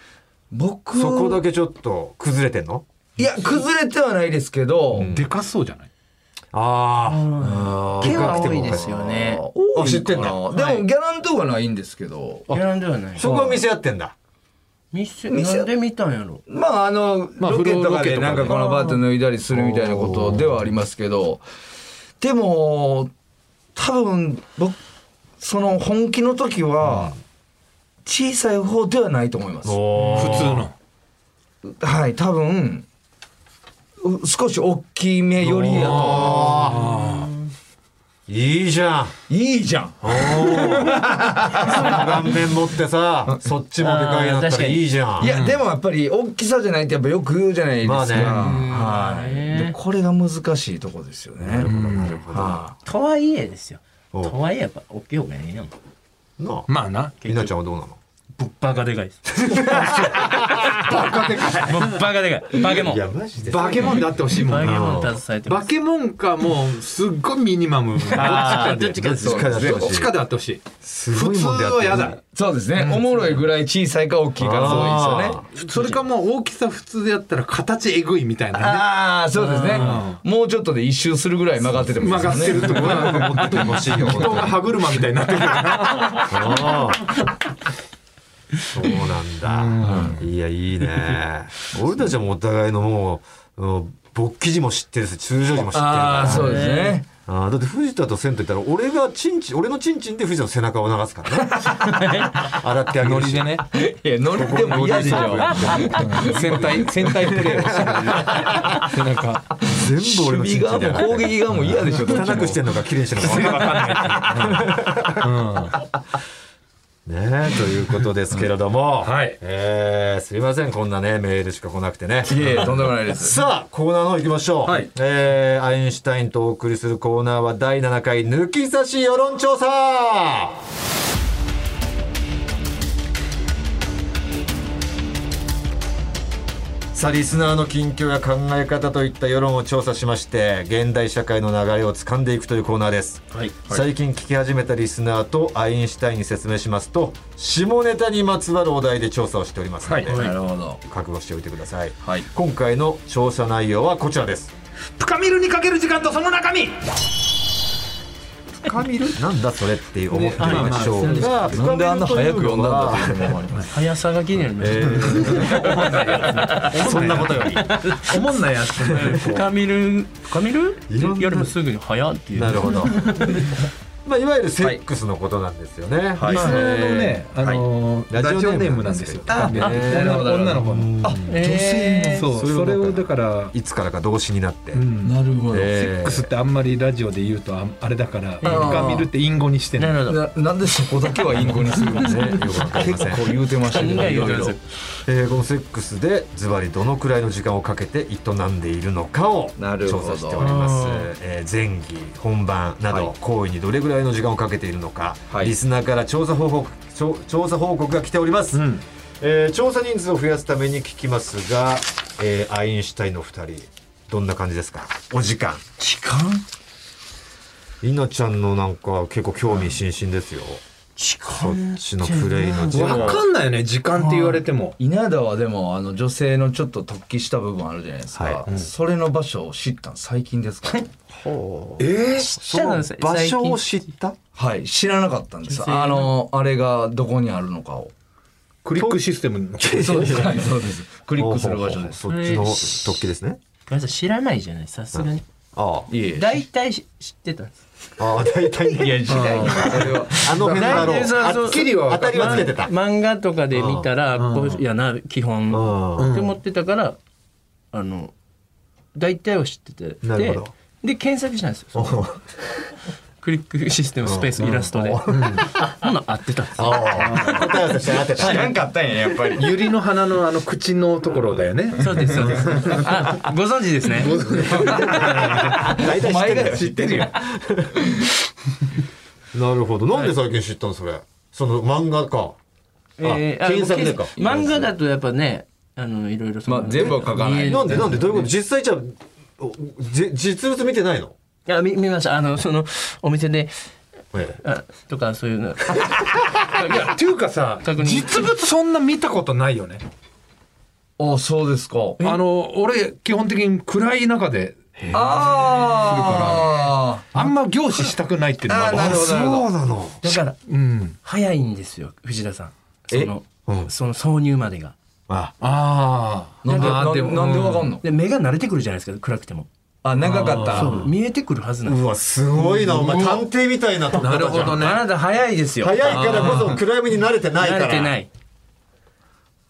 Speaker 5: 僕
Speaker 11: そこだけちょっと崩れてんの
Speaker 5: いや崩れてはないですけど、
Speaker 2: でかそうじゃない
Speaker 11: あ
Speaker 10: 毛は多いですよね
Speaker 5: 多い
Speaker 11: 知ってんだ
Speaker 5: かなでもギャランドはないんですけど、
Speaker 10: いらんではない
Speaker 11: あ、そこは見せ合ってんだ。
Speaker 10: 見せ
Speaker 5: せ
Speaker 10: なんで見たんやろ
Speaker 5: まああの、
Speaker 2: まあ
Speaker 5: ロケと
Speaker 2: 風呂
Speaker 5: か
Speaker 2: ロケ
Speaker 5: で
Speaker 2: とか
Speaker 5: なん
Speaker 2: で
Speaker 5: かこのバーって脱いだりするみたいなことではありますけどでも多分僕その本気の時は、小さい方ではないと思います。
Speaker 2: 普通の
Speaker 5: はい、多分、う少し大きめよりやと。
Speaker 1: いいじゃん
Speaker 5: いいじゃん。
Speaker 1: 顔面持ってさそっちもでかいなったらいいじゃん
Speaker 5: いや、でもやっぱり大きさじゃないってやっぱよく言うじゃないですか。
Speaker 1: まあね
Speaker 5: はい、でこれが難しいとこですよね。は
Speaker 10: とはいえですよ
Speaker 1: お
Speaker 10: とはいえやっぱ大きい方がいいなもん
Speaker 1: なあ
Speaker 2: まあな
Speaker 1: りなちゃんはどうなの
Speaker 10: ぶっぱがでかいですぶっぱがでかいバケモン
Speaker 1: マジ
Speaker 2: バケモンであってほしいも
Speaker 10: バ
Speaker 2: ん
Speaker 10: ケ
Speaker 2: な
Speaker 10: モン携えてま
Speaker 2: バ
Speaker 10: す
Speaker 2: ケモンかもうすっごいミニマムどっちかで
Speaker 1: どっちかで
Speaker 2: どっちかであってほしい
Speaker 1: ご
Speaker 2: 普
Speaker 1: い
Speaker 2: 通
Speaker 1: もんであってほ
Speaker 2: は
Speaker 1: しい
Speaker 2: やだ
Speaker 5: い。そうですね、おもろいぐらい小さいか大きいかそうですよね。
Speaker 2: それかもう大きさ普通でやったら形えぐいみたいなね
Speaker 5: ああ、そうですね。もうちょっとで一周するぐらい曲がっててもいいで
Speaker 2: 曲
Speaker 5: すね。
Speaker 2: がってるとこはなんかもう
Speaker 1: てほしいよ
Speaker 2: 人が歯車みたいになってる
Speaker 1: ああそうなんだ。いや、いいね。俺たちはもうお互いのもう、うん勃起時も知ってるし、通常時も知ってるから。
Speaker 5: ああ、そうですね。
Speaker 1: ああだって藤田と銭湯行ったら、俺がチンチン、俺のチンチンで藤田の背中を流すからね。洗ってあげるし。ね。
Speaker 5: いや、乗りでも嫌でしょ。
Speaker 14: 戦隊戦隊プ レーをしてる背中
Speaker 1: 全部俺の
Speaker 5: 守
Speaker 1: チンチ
Speaker 5: 備
Speaker 1: ン
Speaker 5: 側
Speaker 1: だ
Speaker 5: も攻撃側も嫌でしょ。どっち
Speaker 1: 汚
Speaker 5: も
Speaker 1: くしてんのか綺麗にしてんのか分かんない。ねえ、ということですけれども。
Speaker 2: はい
Speaker 1: えーすいません、こんなね、メールしか来なくてね。
Speaker 5: いえいえ、とんでもないです。
Speaker 1: さあ、コーナーの方行きましょう。
Speaker 2: はい
Speaker 1: えーアインシュタインとお送りするコーナーは第7回抜き差し世論調査さあ、リスナーの近況や考え方といった世論を調査しまして、現代社会の流れを掴んでいくというコーナーです。最近聞き始めたリスナーとアインシュタインに説明しますと、下ネタにまつわるお題で調査をしておりますので、
Speaker 5: なるほど。
Speaker 1: 覚悟しておいてください、
Speaker 5: はい
Speaker 1: 今回の調査内容はこちらです
Speaker 2: 深みるにかける時間とその中身
Speaker 1: 深み るなんだそれって思ってみましょうが
Speaker 5: なんであんな早く読んだんだ
Speaker 1: 深
Speaker 5: というのもあります。
Speaker 10: 速さが気になりま
Speaker 1: み
Speaker 10: し
Speaker 1: るというのは えーそんなことより
Speaker 2: おもんないやつ
Speaker 10: た 深みる深みる
Speaker 1: いろんな
Speaker 10: よりもすぐに速っていう
Speaker 1: なるほ どまあいわゆるセックスのことなんですよね、
Speaker 2: リスナーのね、あのー
Speaker 1: はい
Speaker 2: ラジオネームなんですよ。
Speaker 1: ラジオネームなんですけどね
Speaker 2: ああ女の子の。あ、
Speaker 10: え
Speaker 2: そう、
Speaker 1: それを
Speaker 2: それをだから、
Speaker 1: いつからか動詞になって、
Speaker 2: うん
Speaker 5: なるほ
Speaker 1: えー
Speaker 2: セックスってあんまりラジオで言うとああれだから、深見るって隠語にして
Speaker 10: ー、
Speaker 2: ね。
Speaker 10: なるほど
Speaker 5: ななんでそこだけはインゴにするんです か
Speaker 1: ねよくわかりま
Speaker 5: 結
Speaker 1: せん
Speaker 5: 構言うてましたけど、いろいろ。
Speaker 1: えーこのセックスでズバリどのくらいの時間をかけて営んでいるのかを
Speaker 5: なるほ
Speaker 1: 調
Speaker 5: ど
Speaker 1: 査しております
Speaker 10: あ、
Speaker 1: えー前儀本番など、
Speaker 5: はい
Speaker 1: 行為にどれぐらいの時間をかけているのか、
Speaker 5: はい
Speaker 1: リスナーから調査報告調調査報告が来ております、えー調査人数を増やすために聞きますが、えーアインシュタインの2人どんな感じですかお時間
Speaker 5: 時間
Speaker 1: りなちゃんのなんか結構興味津々ですよ、
Speaker 5: 時
Speaker 1: そ
Speaker 5: 間
Speaker 1: っちのプレイの時間
Speaker 2: わかんないよね、時間って言われても。
Speaker 5: 稲田はでもあの女性のちょっと突起した部分あるじゃないですか、
Speaker 1: は
Speaker 5: それの場所を知ったの最近ですか
Speaker 1: その場所を知った
Speaker 5: はい知らなかったんです
Speaker 10: 女性の
Speaker 5: あのあれがどこにあるのかを
Speaker 2: クリックシステムの。
Speaker 5: そうですはいそうですクリックする場所です
Speaker 1: ほうほうほうそっちの突起ですね
Speaker 10: ごめんなさい知らないじゃないさすがに
Speaker 1: あ
Speaker 5: いえいえ
Speaker 10: 大体知ってたんです
Speaker 1: あああ大体 ね
Speaker 5: 時代にそれは
Speaker 1: あの辺だろう
Speaker 10: 大体その
Speaker 1: あっきりは当たりはつけてた
Speaker 10: 漫画とかで見たらこうやな基本
Speaker 1: う
Speaker 10: って思ってたからあの大体を知ってて
Speaker 1: なるほ
Speaker 10: で
Speaker 1: ど
Speaker 10: で検索したんですよそのクリックシステムスペースイラストでほな合ってたんですよ
Speaker 1: 答え合わせして当てた
Speaker 5: 知らんかったんやねやっぱり
Speaker 2: ゆりの花のあの口のところだよ ね。
Speaker 10: そうですそうですあご存知ですね
Speaker 1: 大
Speaker 5: お前が
Speaker 1: 体
Speaker 5: 知
Speaker 1: 知
Speaker 5: っ
Speaker 1: っててる
Speaker 5: るよ
Speaker 1: よなるほどなんで最近知ったのそれその漫画か
Speaker 10: えーあ
Speaker 1: 検索でか
Speaker 10: 漫画だとやっぱねあのいろいろその
Speaker 5: まあ全部は書かない
Speaker 10: 見え
Speaker 1: なんでなんでどういうこと実際じゃあおじ実物見てないの
Speaker 10: いや見見ましたあのそのお店で
Speaker 1: ええ
Speaker 10: あとかそういうの
Speaker 2: いや、っていうかさ、
Speaker 10: 確認
Speaker 2: 実物そんな見たことないよね。
Speaker 5: あそうですか
Speaker 2: あの、俺、基本的に暗い中で、
Speaker 5: ああ
Speaker 2: あんま凝視したくないっていうのが
Speaker 5: あーなるほどなるほど
Speaker 1: そうなの
Speaker 10: だから
Speaker 2: うん。
Speaker 10: 早いんですよ藤田さんその,、
Speaker 1: うん
Speaker 10: その挿入までが
Speaker 1: あ
Speaker 2: ああ。
Speaker 5: なんで
Speaker 2: あ
Speaker 5: な
Speaker 2: ー
Speaker 5: んでなんでわかんの
Speaker 10: で目が慣れてくるじゃないですか暗くても
Speaker 5: あ長かった
Speaker 10: そう見えてくるはずなんです
Speaker 11: うわすごいなお前探偵みたいなとこ
Speaker 2: なるほどね
Speaker 10: あなた早いですよ
Speaker 11: 早いからこそ暗闇に慣れてないか
Speaker 10: 慣
Speaker 11: ら
Speaker 10: れてない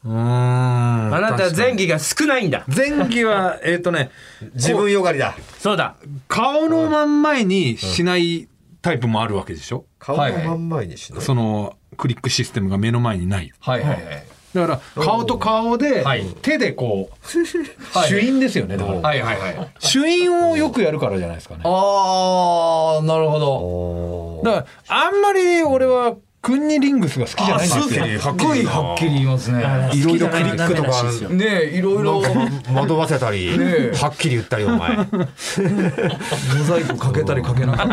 Speaker 2: うーん
Speaker 10: あなたは前期が少ないんだ
Speaker 2: 前期はえっ、とね
Speaker 11: 自分よがりだ
Speaker 10: そうだ
Speaker 2: 顔の真ん前にしないタイプもあるわけでしょ
Speaker 11: 顔の真ん前にしない
Speaker 2: そのクリックシステムが目の前にない
Speaker 5: はいはいはい
Speaker 2: だから顔と顔で手でこ う、主因ですよねだから
Speaker 5: はいはいはい
Speaker 2: 主因をよくやるからじゃないですかね
Speaker 5: あーなるほど
Speaker 2: だからあんまり俺はクンニリングスが好きじゃないんですよ
Speaker 5: すっごいはっきり言いますね
Speaker 11: いろいろクリックとか
Speaker 5: ねえいろいろ
Speaker 11: なんか惑わせたり
Speaker 5: ねえ
Speaker 11: はっきり言ったりお前好
Speaker 5: モザイクかけたりかけなかっ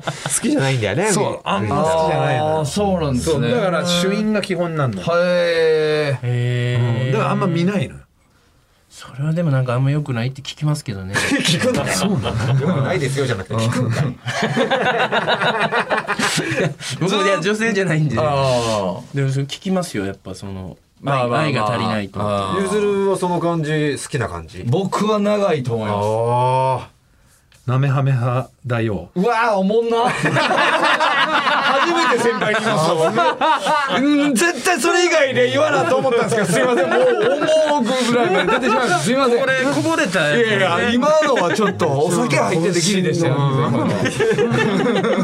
Speaker 5: たり
Speaker 11: きじゃないんだよね
Speaker 2: そうあんま好きじゃない
Speaker 5: ああそうなんですね
Speaker 2: だから主因が基本なんだよ
Speaker 5: へえ
Speaker 2: だからあんま見ないのよ
Speaker 10: それはでもなんかあんま良くないって聞きますけどね
Speaker 11: よくないですよじゃなくて聞くんだ
Speaker 10: 僕いや女性じゃないんで
Speaker 5: あ
Speaker 10: でもそれ聞きますよやっぱその
Speaker 5: まあまあまあ
Speaker 10: 愛愛が足りないと
Speaker 5: あ
Speaker 11: ゆずるはその感じ好きな感じ
Speaker 5: 僕は長いと思います
Speaker 11: あ
Speaker 2: なめはめ派だよ
Speaker 5: うわあおもんな初めて先輩に言いました うん絶対それ以外で言わなと思ったんですけどすいませんもう思うぐらいまで出てしまいましたすいませんこれこぼれたいやいや今のはちょっとお酒入っててギリでしたよ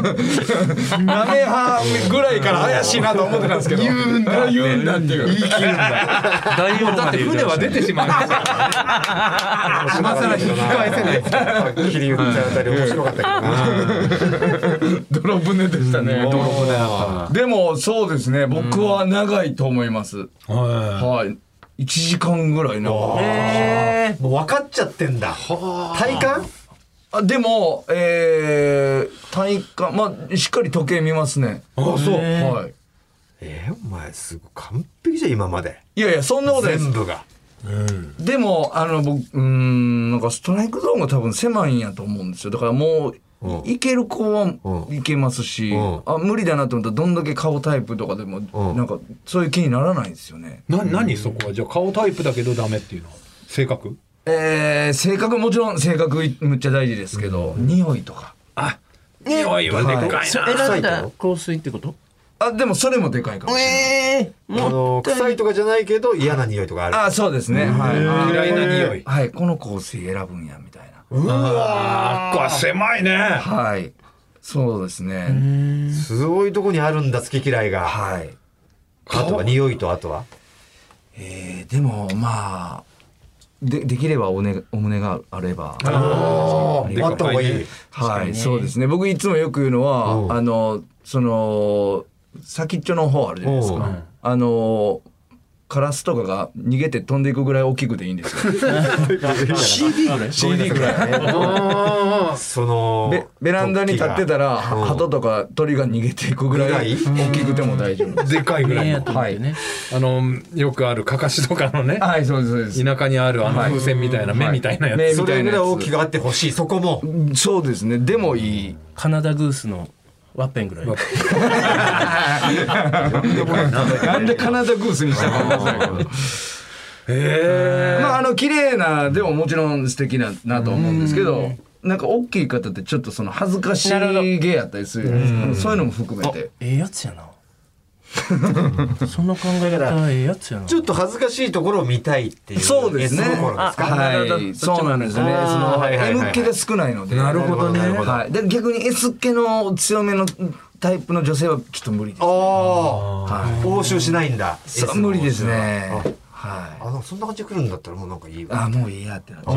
Speaker 5: なめはぐらいから怪しいなと思ってたんですけど言うんだ言うんだっていう言い切るんだ
Speaker 10: 大丈夫だって船は出てしまう
Speaker 11: あ今更引き返せないはっきり言ったあたり面白かったけどな
Speaker 5: 泥船でしたね
Speaker 11: 泥船だか
Speaker 5: でもそうですね僕は長いと思います、
Speaker 2: は
Speaker 5: はい。1時間ぐらいな。
Speaker 11: らもう分かっちゃってんだ体感
Speaker 5: あでも、えー、体感、まあ、しっかり時計見ますね。あ、そう。はい。
Speaker 11: えーお前すごい完璧じゃん今まで
Speaker 5: いやいや、そんなことないです
Speaker 11: 全。部が
Speaker 5: でも、あの、僕、うーん、なんかストライクゾーンが多分狭いんやと思うんですよ。だからもう、
Speaker 11: うん
Speaker 5: いける子は
Speaker 11: うん
Speaker 5: いけますし、
Speaker 11: うん
Speaker 5: あ無理だなと思ったらどんだけ顔タイプとかでも、
Speaker 11: うん
Speaker 5: なんかそういう気にならないんですよね。
Speaker 2: いな何そこはじゃあ顔タイプだけどダメっていうのは性格
Speaker 5: えー、性格もちろん性格いむっちゃ大事ですけど、匂いとか。
Speaker 2: 匂いはでかいな
Speaker 10: 選んだ香水ってこと
Speaker 5: あ、でもそれもでかいかもしれない。
Speaker 11: あの臭いとかじゃないけど嫌な匂いとかある
Speaker 5: あそうですね。はい。
Speaker 2: 嫌いな匂い
Speaker 5: はい。この香水選ぶんや、みたいな。
Speaker 2: あっこは狭いね
Speaker 5: はい。そうですね。
Speaker 11: すごいとこにあるんだ好き嫌いが
Speaker 5: はい。
Speaker 11: あとは匂いとあとは
Speaker 5: えーでも、まあ、で、できればお,、ね、お胸があれば。
Speaker 11: あった方がいい
Speaker 5: はい。そうですね。僕いつもよく言うの
Speaker 11: うん
Speaker 5: は、あの、その、先っちょの方あるじゃないです
Speaker 11: う
Speaker 5: か
Speaker 11: ん。
Speaker 5: あの、カラスとかが逃げて飛んでいくぐらい大きくていいんですよ。
Speaker 11: CD ぐらい
Speaker 5: CD ぐらい。
Speaker 11: その
Speaker 5: ベベランダに立ってたら
Speaker 11: うん
Speaker 5: 鳩とか鳥が逃げていくぐらい
Speaker 11: ぐら
Speaker 5: 大きくても大丈夫です。
Speaker 2: でかいぐらい
Speaker 10: や
Speaker 2: の
Speaker 10: と思ってね
Speaker 2: あのよくあるかかしとかのね
Speaker 5: はいそうですそうです。
Speaker 2: 田舎にあるあの風船みたいな目みたいなやつ
Speaker 5: 目
Speaker 11: そ
Speaker 5: みた
Speaker 11: れ
Speaker 5: い
Speaker 11: ぐ
Speaker 5: な
Speaker 11: らい
Speaker 5: や
Speaker 11: 大き
Speaker 5: つ。
Speaker 11: くあってほしいそこも
Speaker 5: そうですね。でもいい。
Speaker 10: カナダグースのワッペンぐらい
Speaker 5: なんでカナダグースにしたかわかんないけど。まああの綺麗なでももちろん素敵ななと思うんですけど。なんか大きい方ってちょっとその恥ずかしげやったりするじゃないですかそういうのも含めて
Speaker 10: ええやつやなその考え方ええやつやな
Speaker 11: ちょっと恥ずかしいところを見たいっていう
Speaker 5: そうですね
Speaker 11: 絵のところですか
Speaker 10: なるほど
Speaker 5: はいそうなんですねそ
Speaker 11: あー
Speaker 5: の
Speaker 11: はいはいはい
Speaker 5: M 気が少ないので
Speaker 11: なるほどねなるほど
Speaker 5: はい、で逆に S 気の強めのタイプの女性はちょっと無理です
Speaker 11: ああ
Speaker 5: は
Speaker 11: 押収しないんだ
Speaker 5: い、そう無理ですね
Speaker 11: S の押収は
Speaker 5: はい
Speaker 11: ああでもそんな感じで来るんだったらもうなんかいいわ
Speaker 5: あもういいやってなっちゃう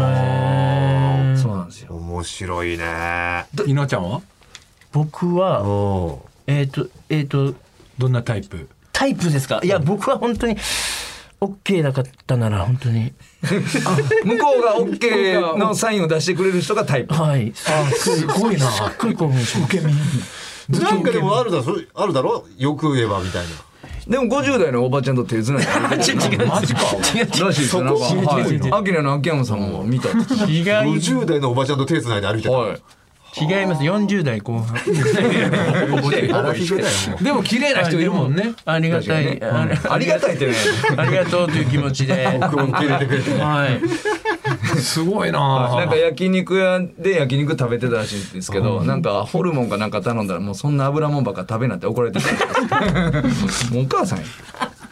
Speaker 5: そうなんですよ
Speaker 11: 面白いね
Speaker 2: いなちゃんは
Speaker 10: 僕はえっ、とえっ、と
Speaker 2: どんなタイプ
Speaker 10: タイプですかいや僕は本当に OK なかったなら本当に
Speaker 5: 向こうが OK のサインを出してくれる人がタイプ
Speaker 10: はいあすごいなすっごい興奮します
Speaker 11: なんかでもあるだろあるだろよく言えばみたいな
Speaker 5: でも50代のおばちゃんと手繋いで歩いてるマジからしいですよなんかはいアキラの秋山さんも見たって聞い
Speaker 10: 違いま
Speaker 11: 50代のおばちゃんと手つないで歩いて
Speaker 5: て
Speaker 11: た
Speaker 5: はい
Speaker 10: 違います40代後半
Speaker 2: でも綺麗な人いるもんね
Speaker 10: ありがたい、あ
Speaker 5: ありがたいってね
Speaker 10: ありがとうという気持ちで
Speaker 11: 録音入れてくれて
Speaker 10: はい
Speaker 2: すごいな
Speaker 5: なんか焼肉屋で焼肉食べてたらしいんですけど、なんかホルモンかなんか頼んだらもうそんな油もんばっか食べなって怒られてたんですよもうお母さんや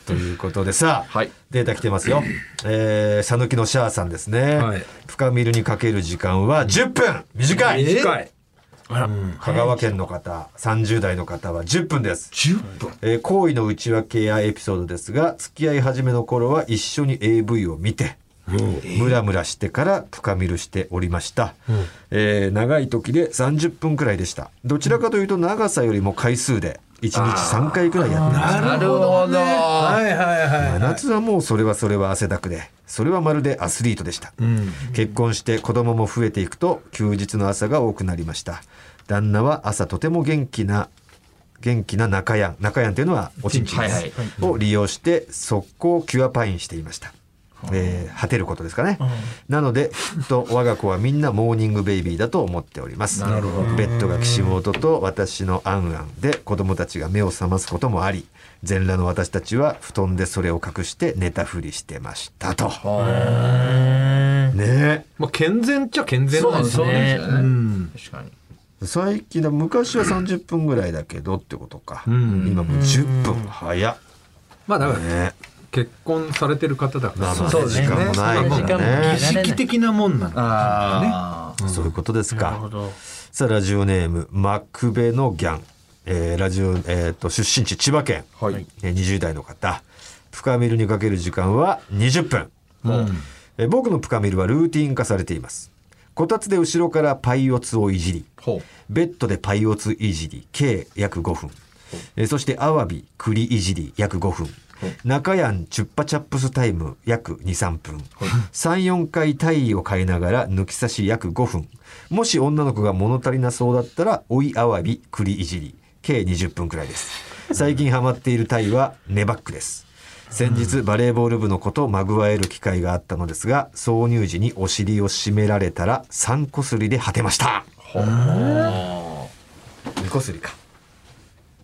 Speaker 1: ということでさあ、
Speaker 5: はい
Speaker 1: データ来てますよ。えー、さぬきのシャアさんですね。
Speaker 2: はい
Speaker 1: 深みるにかける時間は10分短い、
Speaker 2: 短い
Speaker 1: 香川県の方、30代の方は10分です。10分、えー行為の内訳やエピソードですが、付き合い始めの頃は一緒に AV を見て、ムラムラしてから深みるしておりました、えー長い時で30分くらいでした。どちらかというと長さよりも回数で、1日3回くらいやってました。
Speaker 5: なるほど
Speaker 2: はいはいは
Speaker 1: 真
Speaker 2: い
Speaker 1: 夏はもうそれはそれは汗だくでそれはまるでアスリートでした、結婚して子供も増えていくと休日の朝が多くなりました旦那は朝とても元気な元気な中やん中やんというのはおちんちんです、
Speaker 5: はい
Speaker 1: を利用して速攻キュアパインしていました、えー果てることですかね、なのできっと我が子はみんなモーニングベイビーだと思っておりますベッドが岸本と私のあんあんで子供たちが目を覚ますこともあり全裸の私たちは布団でそれを隠して寝たふりしてましたとね
Speaker 2: まあ健全っちゃ健全なんですよね
Speaker 5: ですよね確かに
Speaker 1: え最近だ昔は30分ぐらいだけどってことか、今もう10分早っ
Speaker 2: まあだから
Speaker 1: ね
Speaker 2: 結婚されてる方だか
Speaker 1: まあま
Speaker 2: ら
Speaker 1: あね
Speaker 5: そうです
Speaker 1: 時
Speaker 5: ね
Speaker 1: 間もないもん
Speaker 10: 時間もない
Speaker 1: ね
Speaker 2: 意識的なもんなの
Speaker 5: ああ
Speaker 1: そういうことです
Speaker 10: なるほ
Speaker 1: か。
Speaker 10: ど
Speaker 1: さあ、ラジオネーム、マクベのギャン。えーラジオ、えーと、出身地、千葉県。えー20代の方。プカミルにかける時間は20分。えー僕のプカミルはルーティン化されています。こたつで後ろからパイオツをいじり、ベッドでパイオツいじり、計約5分。えーそして、アワビ、栗いじり、約5分。中やんチュッパチャップスタイム約23分34回体位を変えながら抜き差し約5分もし女の子が物足りなそうだったら追いあわび栗いじり計20分くらいです最近ハマっているタイはネバックです先日バレーボール部の子とまぐわえる機会があったのですが挿入時にお尻を締められたら3こすりで果てました2こすりか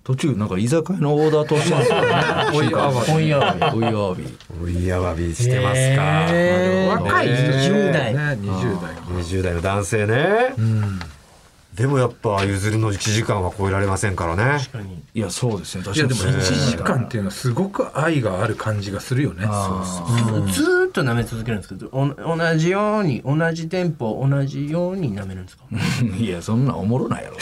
Speaker 5: 途中なんか居酒屋のオーダー通してま すよねおいあわび
Speaker 10: おいあ
Speaker 5: おいあわび
Speaker 1: 追いあわびしてますか、
Speaker 10: 若い10代
Speaker 2: ね20代
Speaker 1: 20代の男性ね、でもやっぱ譲りの1時間は超えられませんからね
Speaker 5: いやそうですね
Speaker 2: い
Speaker 5: 確
Speaker 2: や
Speaker 5: か
Speaker 2: でも
Speaker 5: にそうですね
Speaker 2: 1時間っていうのはすごく愛がある感じがするよね
Speaker 10: ずーっと舐め続けるんですけどお同じように同じテンポ同じように舐めるんですか
Speaker 5: いやそんなんおもろないやろ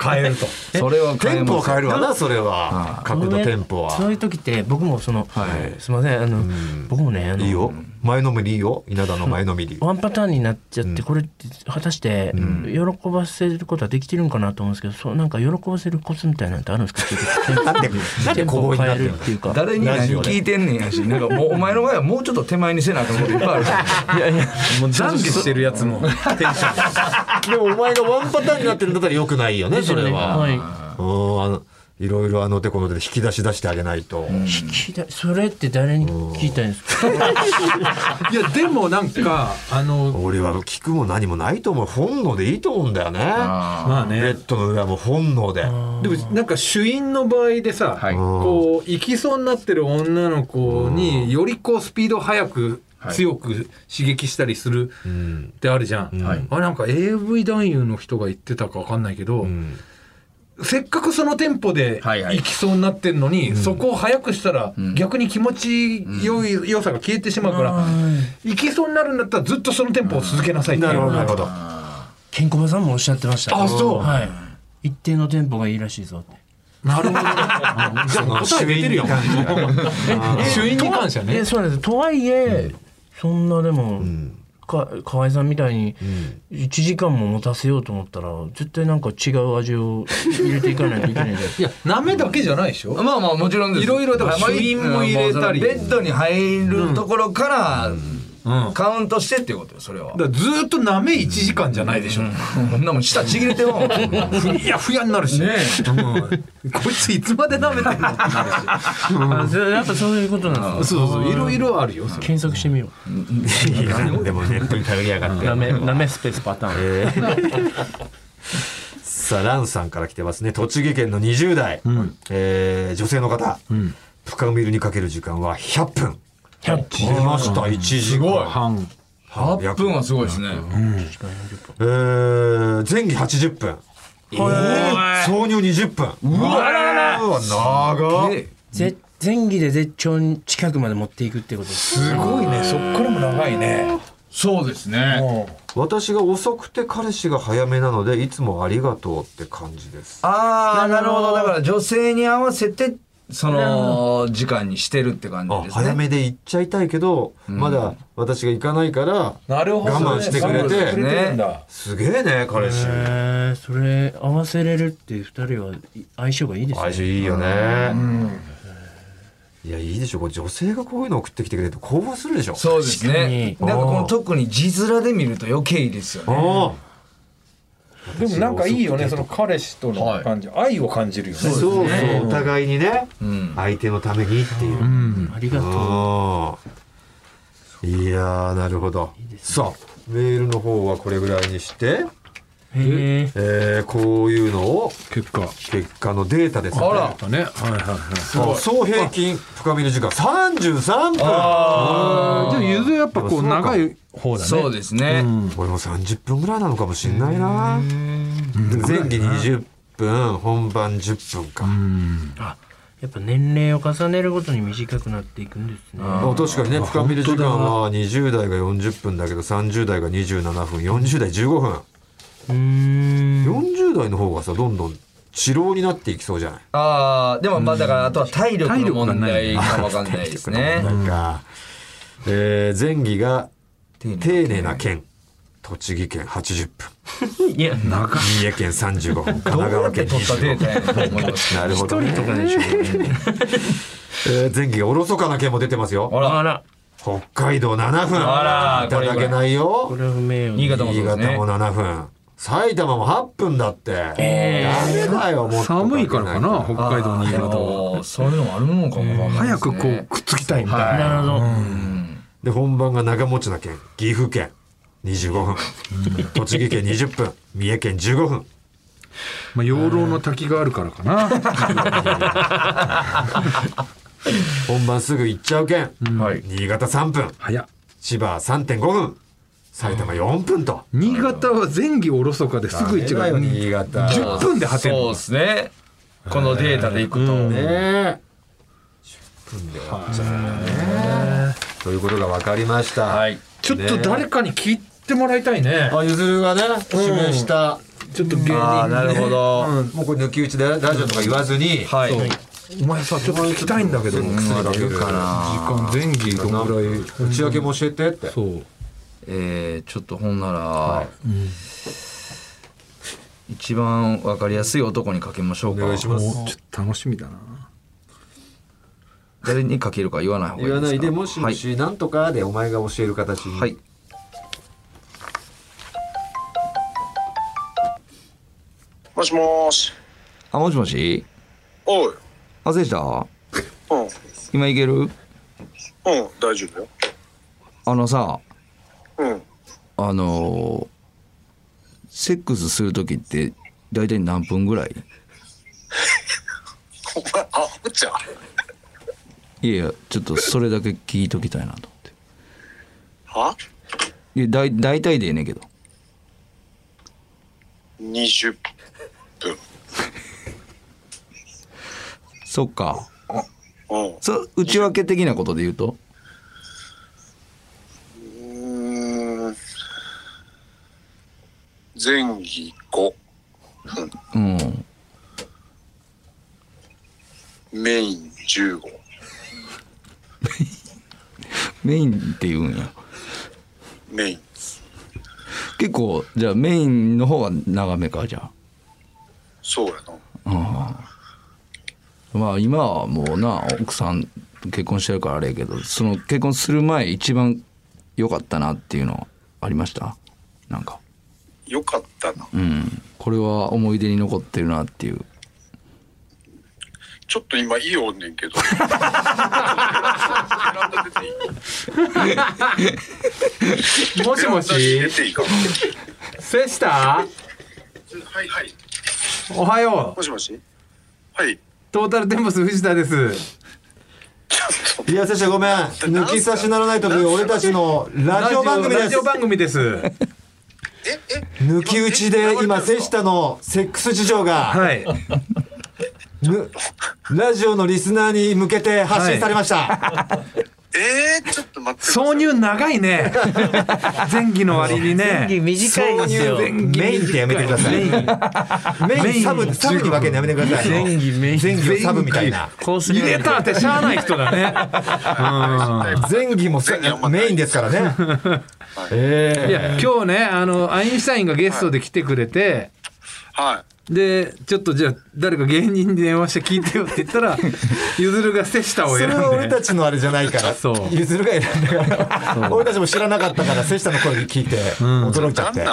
Speaker 2: 変えると
Speaker 5: それは
Speaker 1: テンポを変え
Speaker 5: る
Speaker 1: るわなそれは角度テンポ
Speaker 10: そう
Speaker 1: は
Speaker 10: いう時って僕もその、すいませんあの、僕もねあの
Speaker 1: いいよ前のめりいいよ稲田の前のめり
Speaker 10: ワンパターンになっちゃって、これって果たして喜ばせることはできてるんかなと思うんですけど、そうなんか喜ばせるコツみたいなんてあるんですかちょっとテンポ
Speaker 1: なんでなんで
Speaker 10: テン
Speaker 1: 小
Speaker 10: ポを
Speaker 1: 声に
Speaker 10: 変
Speaker 1: な
Speaker 10: え
Speaker 1: ってる
Speaker 10: る
Speaker 1: の
Speaker 10: っていうか
Speaker 5: 誰に
Speaker 1: ラ
Speaker 5: 何
Speaker 1: ジオで
Speaker 5: 聞いてんねんやしなんかもうお前の前はもうちょっと手前にせなあかんこといっぱいあるしいやいやもう
Speaker 2: 懺悔してるやつ のテンション
Speaker 1: でもお前がワンパターンになってるんだったらよくないよねそれは、
Speaker 10: はい
Speaker 1: うんあのいろいろあの手この手で引き出し出してあげないと、
Speaker 10: 聞いたそれって誰に聞いたんですか
Speaker 2: いやでもなんかあの
Speaker 1: 俺は聞くも何もないと思う本能でいいと思うんだよね
Speaker 2: まあ
Speaker 1: ベ
Speaker 2: ね
Speaker 1: ッドの上はもう本能で
Speaker 2: でもなんか主因の場合でさ、
Speaker 5: はい
Speaker 2: こう行きそうになってる女の子によりこうスピードを速く強く刺激したりするってあるじゃん、あなんか AV 男優の人が言ってたか分かんないけど、せっかくそのテンポで
Speaker 5: はいはい
Speaker 2: 行きそうになってるのに、そこを速くしたら逆に気持ち良い、良さが消えてしまうから、行きそうになるんだったらずっとそのテンポを続けなさいっていう
Speaker 1: なるほどなるほど
Speaker 10: ケンコバさんもおっしゃってました
Speaker 2: あそう
Speaker 10: はい一定のテンポがいいらしいぞって
Speaker 2: なるほどねあじゃあもう答え出てるよ主因に関しては
Speaker 10: えそうなんですとはいえ、そんなでも、か河合さんみたいに1時間も持たせようと思ったら絶対なんか違う味を入れていかないといけないじゃん
Speaker 2: いや、舐めだけじゃないでしょ、
Speaker 5: まあまあもちろんです
Speaker 2: いろいろだから
Speaker 5: まあ
Speaker 2: 朱印も入れたり
Speaker 5: うんもうそのベッドに入るところから、カウントしてっていうことよそれは
Speaker 2: だからずーっと舐め1時間じゃないでしょ、
Speaker 5: こんなもん舌ちぎれても
Speaker 2: ふやふやになるし、うんこいついつまで舐めてんのってなる
Speaker 10: あそれやっぱそういうことなんで
Speaker 2: し
Speaker 10: す
Speaker 2: そう
Speaker 10: よ
Speaker 2: そういろいろあるよそれ
Speaker 10: 検索してみよう
Speaker 1: でもネットに頼りやがって
Speaker 10: なめなめスペースパターン
Speaker 1: さあランさんから来てますね栃木県の20代、えー女性の方、深みるにかける時間は100分
Speaker 10: 100
Speaker 1: 出ました1時間
Speaker 2: 半
Speaker 5: 8分はすごいですね。
Speaker 11: えー、前儀80分。えー、挿入20分。うわうわ長っ。
Speaker 10: ぜ前儀で絶頂に近くまで持っていくってことです
Speaker 12: すごいねそっからも長いね
Speaker 5: そうですね。
Speaker 11: 私が遅くて彼氏が早めなので、いつもありがとうって感じです。
Speaker 5: ああ、なるほど。だから女性に合わせて、そ
Speaker 10: なる
Speaker 5: の時間にしてるって感
Speaker 11: あ
Speaker 5: じです
Speaker 11: 早
Speaker 5: ね。
Speaker 11: めで行っちゃいたいけど、まだ私が行かないから、
Speaker 12: なるほど、ね、
Speaker 11: 我慢してくれて
Speaker 12: 我慢しるんだ
Speaker 11: すげえね、彼氏。
Speaker 10: えー、それ合わせれるって二人はい相性がいいです
Speaker 11: 相性
Speaker 10: ね
Speaker 11: いいよね。いや、いいでしょ。これ女性がこういうの送ってきてくれると興奮するでしょ。
Speaker 5: そうですね。
Speaker 11: 確か
Speaker 5: な
Speaker 11: に
Speaker 5: んかこの特に字面で見ると余計いいですよね。
Speaker 11: あ
Speaker 12: でもなんかいいよねその彼氏との感じ、愛を感じるよね
Speaker 11: あ、そうそう、お互いにね、
Speaker 5: ん
Speaker 11: 相手のためにっていう。
Speaker 10: ありがと
Speaker 11: ああいやーなるほどさあメールの方はこれぐらいにして、
Speaker 10: うへえ
Speaker 11: えーこういうのを
Speaker 2: 結果
Speaker 11: 結果のデータですね
Speaker 2: やっぱねはいはいはい
Speaker 11: そう総平均深みの時間33
Speaker 2: じゃあ
Speaker 11: 分
Speaker 2: ゆずやっぱこう長い方だね
Speaker 5: そうですね。
Speaker 11: これも30分ぐらいなのかもしんないな前期20分本番10分か
Speaker 10: やっぱ年齢を重ねるごとに短くなっていくんですね
Speaker 11: あ確かにね深みる時間は20代が40分だけど30代が27分40代15分
Speaker 10: うーん
Speaker 11: 40代の方がさどんどん治療になっていきそうじゃない
Speaker 5: ああ、でもまあだからあとは体力の問題かもわかんないですね。
Speaker 11: なんか、えー前儀が
Speaker 5: 丁寧な
Speaker 11: 丁寧な県栃木県80分
Speaker 10: いや
Speaker 11: 三重県35分神
Speaker 5: どう
Speaker 11: 奈
Speaker 5: や
Speaker 11: 川
Speaker 5: って
Speaker 11: 県
Speaker 5: 取ったデ
Speaker 11: 25
Speaker 5: ータやねんと思います。
Speaker 11: なるほど、ね、えー前儀がおろそかな県も出てますよ
Speaker 5: あら
Speaker 10: あら
Speaker 11: 北海道7分
Speaker 5: あら
Speaker 11: いただけない
Speaker 10: こ
Speaker 11: よ
Speaker 10: れは不明よ
Speaker 5: 新潟もそ
Speaker 11: 新
Speaker 5: うです
Speaker 11: 潟
Speaker 5: ね
Speaker 11: も。7分埼玉も8分だって、
Speaker 10: え
Speaker 11: ダメだよもっと
Speaker 2: 寒いからかな北海道新潟は
Speaker 5: ああ、そういうのもあるのかもわかんない
Speaker 2: 早
Speaker 5: ですね。
Speaker 2: くこうくっつきたいみたいな、
Speaker 10: なるほど
Speaker 11: で本番が長持ちな県岐阜県25分栃木県20分三重県15分
Speaker 2: まあ、養老の滝があるからかな
Speaker 11: 本番すぐ行っちゃう県、
Speaker 5: はい
Speaker 11: 新潟3分
Speaker 2: 早っ
Speaker 11: 千葉3.5分埼玉4分と、
Speaker 2: 新潟は前儀おろそかですぐ一番に
Speaker 11: 新潟ね
Speaker 2: 10分で果てる
Speaker 5: そうですね。このデータでいくと。
Speaker 11: え10分で終わっちゃうからねということが分かりました、
Speaker 5: はい。
Speaker 2: ちょっと誰かに聞いてもらいたいね
Speaker 11: あゆずるがね指名した、
Speaker 2: ちょっと芸人
Speaker 5: ああ、なるほど。
Speaker 11: もうこれ抜き打ちでラジオとか言わずに、
Speaker 5: はい。
Speaker 2: お前さちょっと聞きたいんだけど時
Speaker 11: 薬かける
Speaker 2: 間前儀どのぐらい
Speaker 11: 打ち明けも教えてって
Speaker 2: そう
Speaker 5: えー、ちょっとほんなら、一番わかりやすい男にかけましょう
Speaker 11: お
Speaker 5: か
Speaker 11: 願いします
Speaker 2: ちょっと楽しみだな
Speaker 5: 誰にかけるか言わない方がいい
Speaker 11: 言わないで
Speaker 5: か
Speaker 11: もしもし、なんとかでお前が教える形に、
Speaker 5: はい、はい、
Speaker 4: もしもーし。
Speaker 5: あもしもし
Speaker 4: おい。
Speaker 5: あせいした
Speaker 4: うん。うん、
Speaker 5: 今いける
Speaker 4: 大丈夫よ。
Speaker 5: あのさ
Speaker 4: うん。
Speaker 5: あのーセックスする時って大体何分ぐらい
Speaker 4: お前、アホちゃん。
Speaker 5: いやいやちょっとそれだけ聞いときたいなと思っ
Speaker 4: は
Speaker 5: ていやだい大体でええねんけど
Speaker 4: ?20 分。
Speaker 5: そっか
Speaker 4: うん。う
Speaker 5: そ内訳的なことで言うと
Speaker 4: ーん。前儀5。
Speaker 5: うん
Speaker 4: メイン15。
Speaker 5: メインって言うんや
Speaker 4: メイン。
Speaker 5: 結構じゃあメインの方が長めかじゃ
Speaker 4: そうやな。
Speaker 5: あまあ今はもうな奥さん結婚してるからあれやけどその結婚する前一番良かったなっていうのありましたなんか
Speaker 4: よかったな。
Speaker 5: うんこれは思い出に残ってるなっていう
Speaker 4: ちょっと今、いいおんねん けど。
Speaker 12: もしもし
Speaker 4: 出ていいかな。
Speaker 12: セシタ
Speaker 4: はいはい。
Speaker 12: おはよう
Speaker 4: もしもしはい。
Speaker 12: トータルテンボス藤田です
Speaker 4: ちょっと
Speaker 1: いや、拙者ごめん。抜き差しならないという俺たちのラジオ番組です。
Speaker 2: ラジオ番組です。
Speaker 1: 抜き打ちで今、瀬下のセックス事情が、ぬラジオのリスナーに向けて発信されました。
Speaker 4: えー、ちょっと待って。
Speaker 2: 挿入長 いね。前期の割にね。
Speaker 1: 前期短いですよ
Speaker 2: 挿入前期
Speaker 1: メインってやめてください
Speaker 2: メイン
Speaker 1: メインサブ、サブに分けるのやめてください。
Speaker 2: 前
Speaker 1: 期、メイン。前期をサブみたいな。
Speaker 2: 入れたってしゃあない人 だね。
Speaker 1: 前期もさメインですからね。え
Speaker 2: いや今日ねあのアインシュタインがゲストで来てくれて、でちょっとじゃあ誰か芸人に電話して聞いてよって言ったら ゆずるが瀬下を
Speaker 1: そ
Speaker 2: 選ん
Speaker 1: れ
Speaker 2: で
Speaker 1: は俺たちのあれじゃないから
Speaker 2: そう
Speaker 1: ゆずるが選んだから俺たちも知らなかったから瀬下の声聞いて驚いちゃって、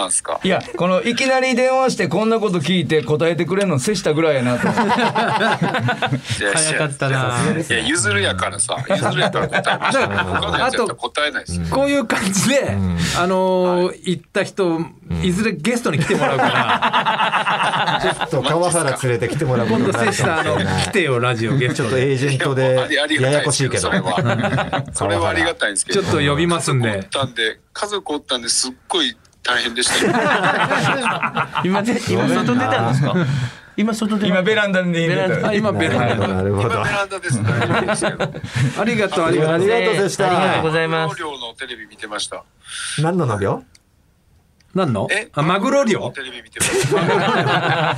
Speaker 5: いやこのいきなり電話してこんなこと聞いて答えてくれるの瀬下ぐらいやなと思って
Speaker 4: 早
Speaker 5: かったない
Speaker 4: や、譲るやからさ、譲るやから答 えました。他のやつやったら答えないですよ。
Speaker 2: こういう感じで、あのー行った人いずれゲストに来てもらう から、
Speaker 1: ちょっと川原連れてきてもらうこと
Speaker 2: 今
Speaker 1: に
Speaker 2: 度
Speaker 1: なる
Speaker 2: 瀬
Speaker 1: か
Speaker 2: 下
Speaker 1: もしれ
Speaker 2: あの
Speaker 1: ない
Speaker 2: 来てよラジオゲス
Speaker 1: ちょっ
Speaker 2: ト
Speaker 1: とエ
Speaker 2: で
Speaker 1: ージェントでややこしいけど
Speaker 4: それは。 それはありがたいんですけ
Speaker 2: ちょ
Speaker 4: ど。
Speaker 2: っと呼びますん
Speaker 4: お
Speaker 2: で
Speaker 4: ったんで、家族おったんですっごい大変でした
Speaker 10: 今で今外出たんですか今外出
Speaker 5: 今ベランダに出
Speaker 10: ベラン
Speaker 5: て
Speaker 10: ダ
Speaker 5: た
Speaker 2: あ今ベランダ
Speaker 1: なるほど
Speaker 2: ありがとうありが
Speaker 1: あ
Speaker 2: と
Speaker 1: り
Speaker 2: う
Speaker 1: がとう瀬
Speaker 10: ありがとうご
Speaker 1: 下
Speaker 10: ざいま
Speaker 4: け
Speaker 10: す
Speaker 4: ど、量のテレビ見てました。
Speaker 1: 何の鍋よ
Speaker 2: 何のあマグロ漁
Speaker 4: テレビ見てました。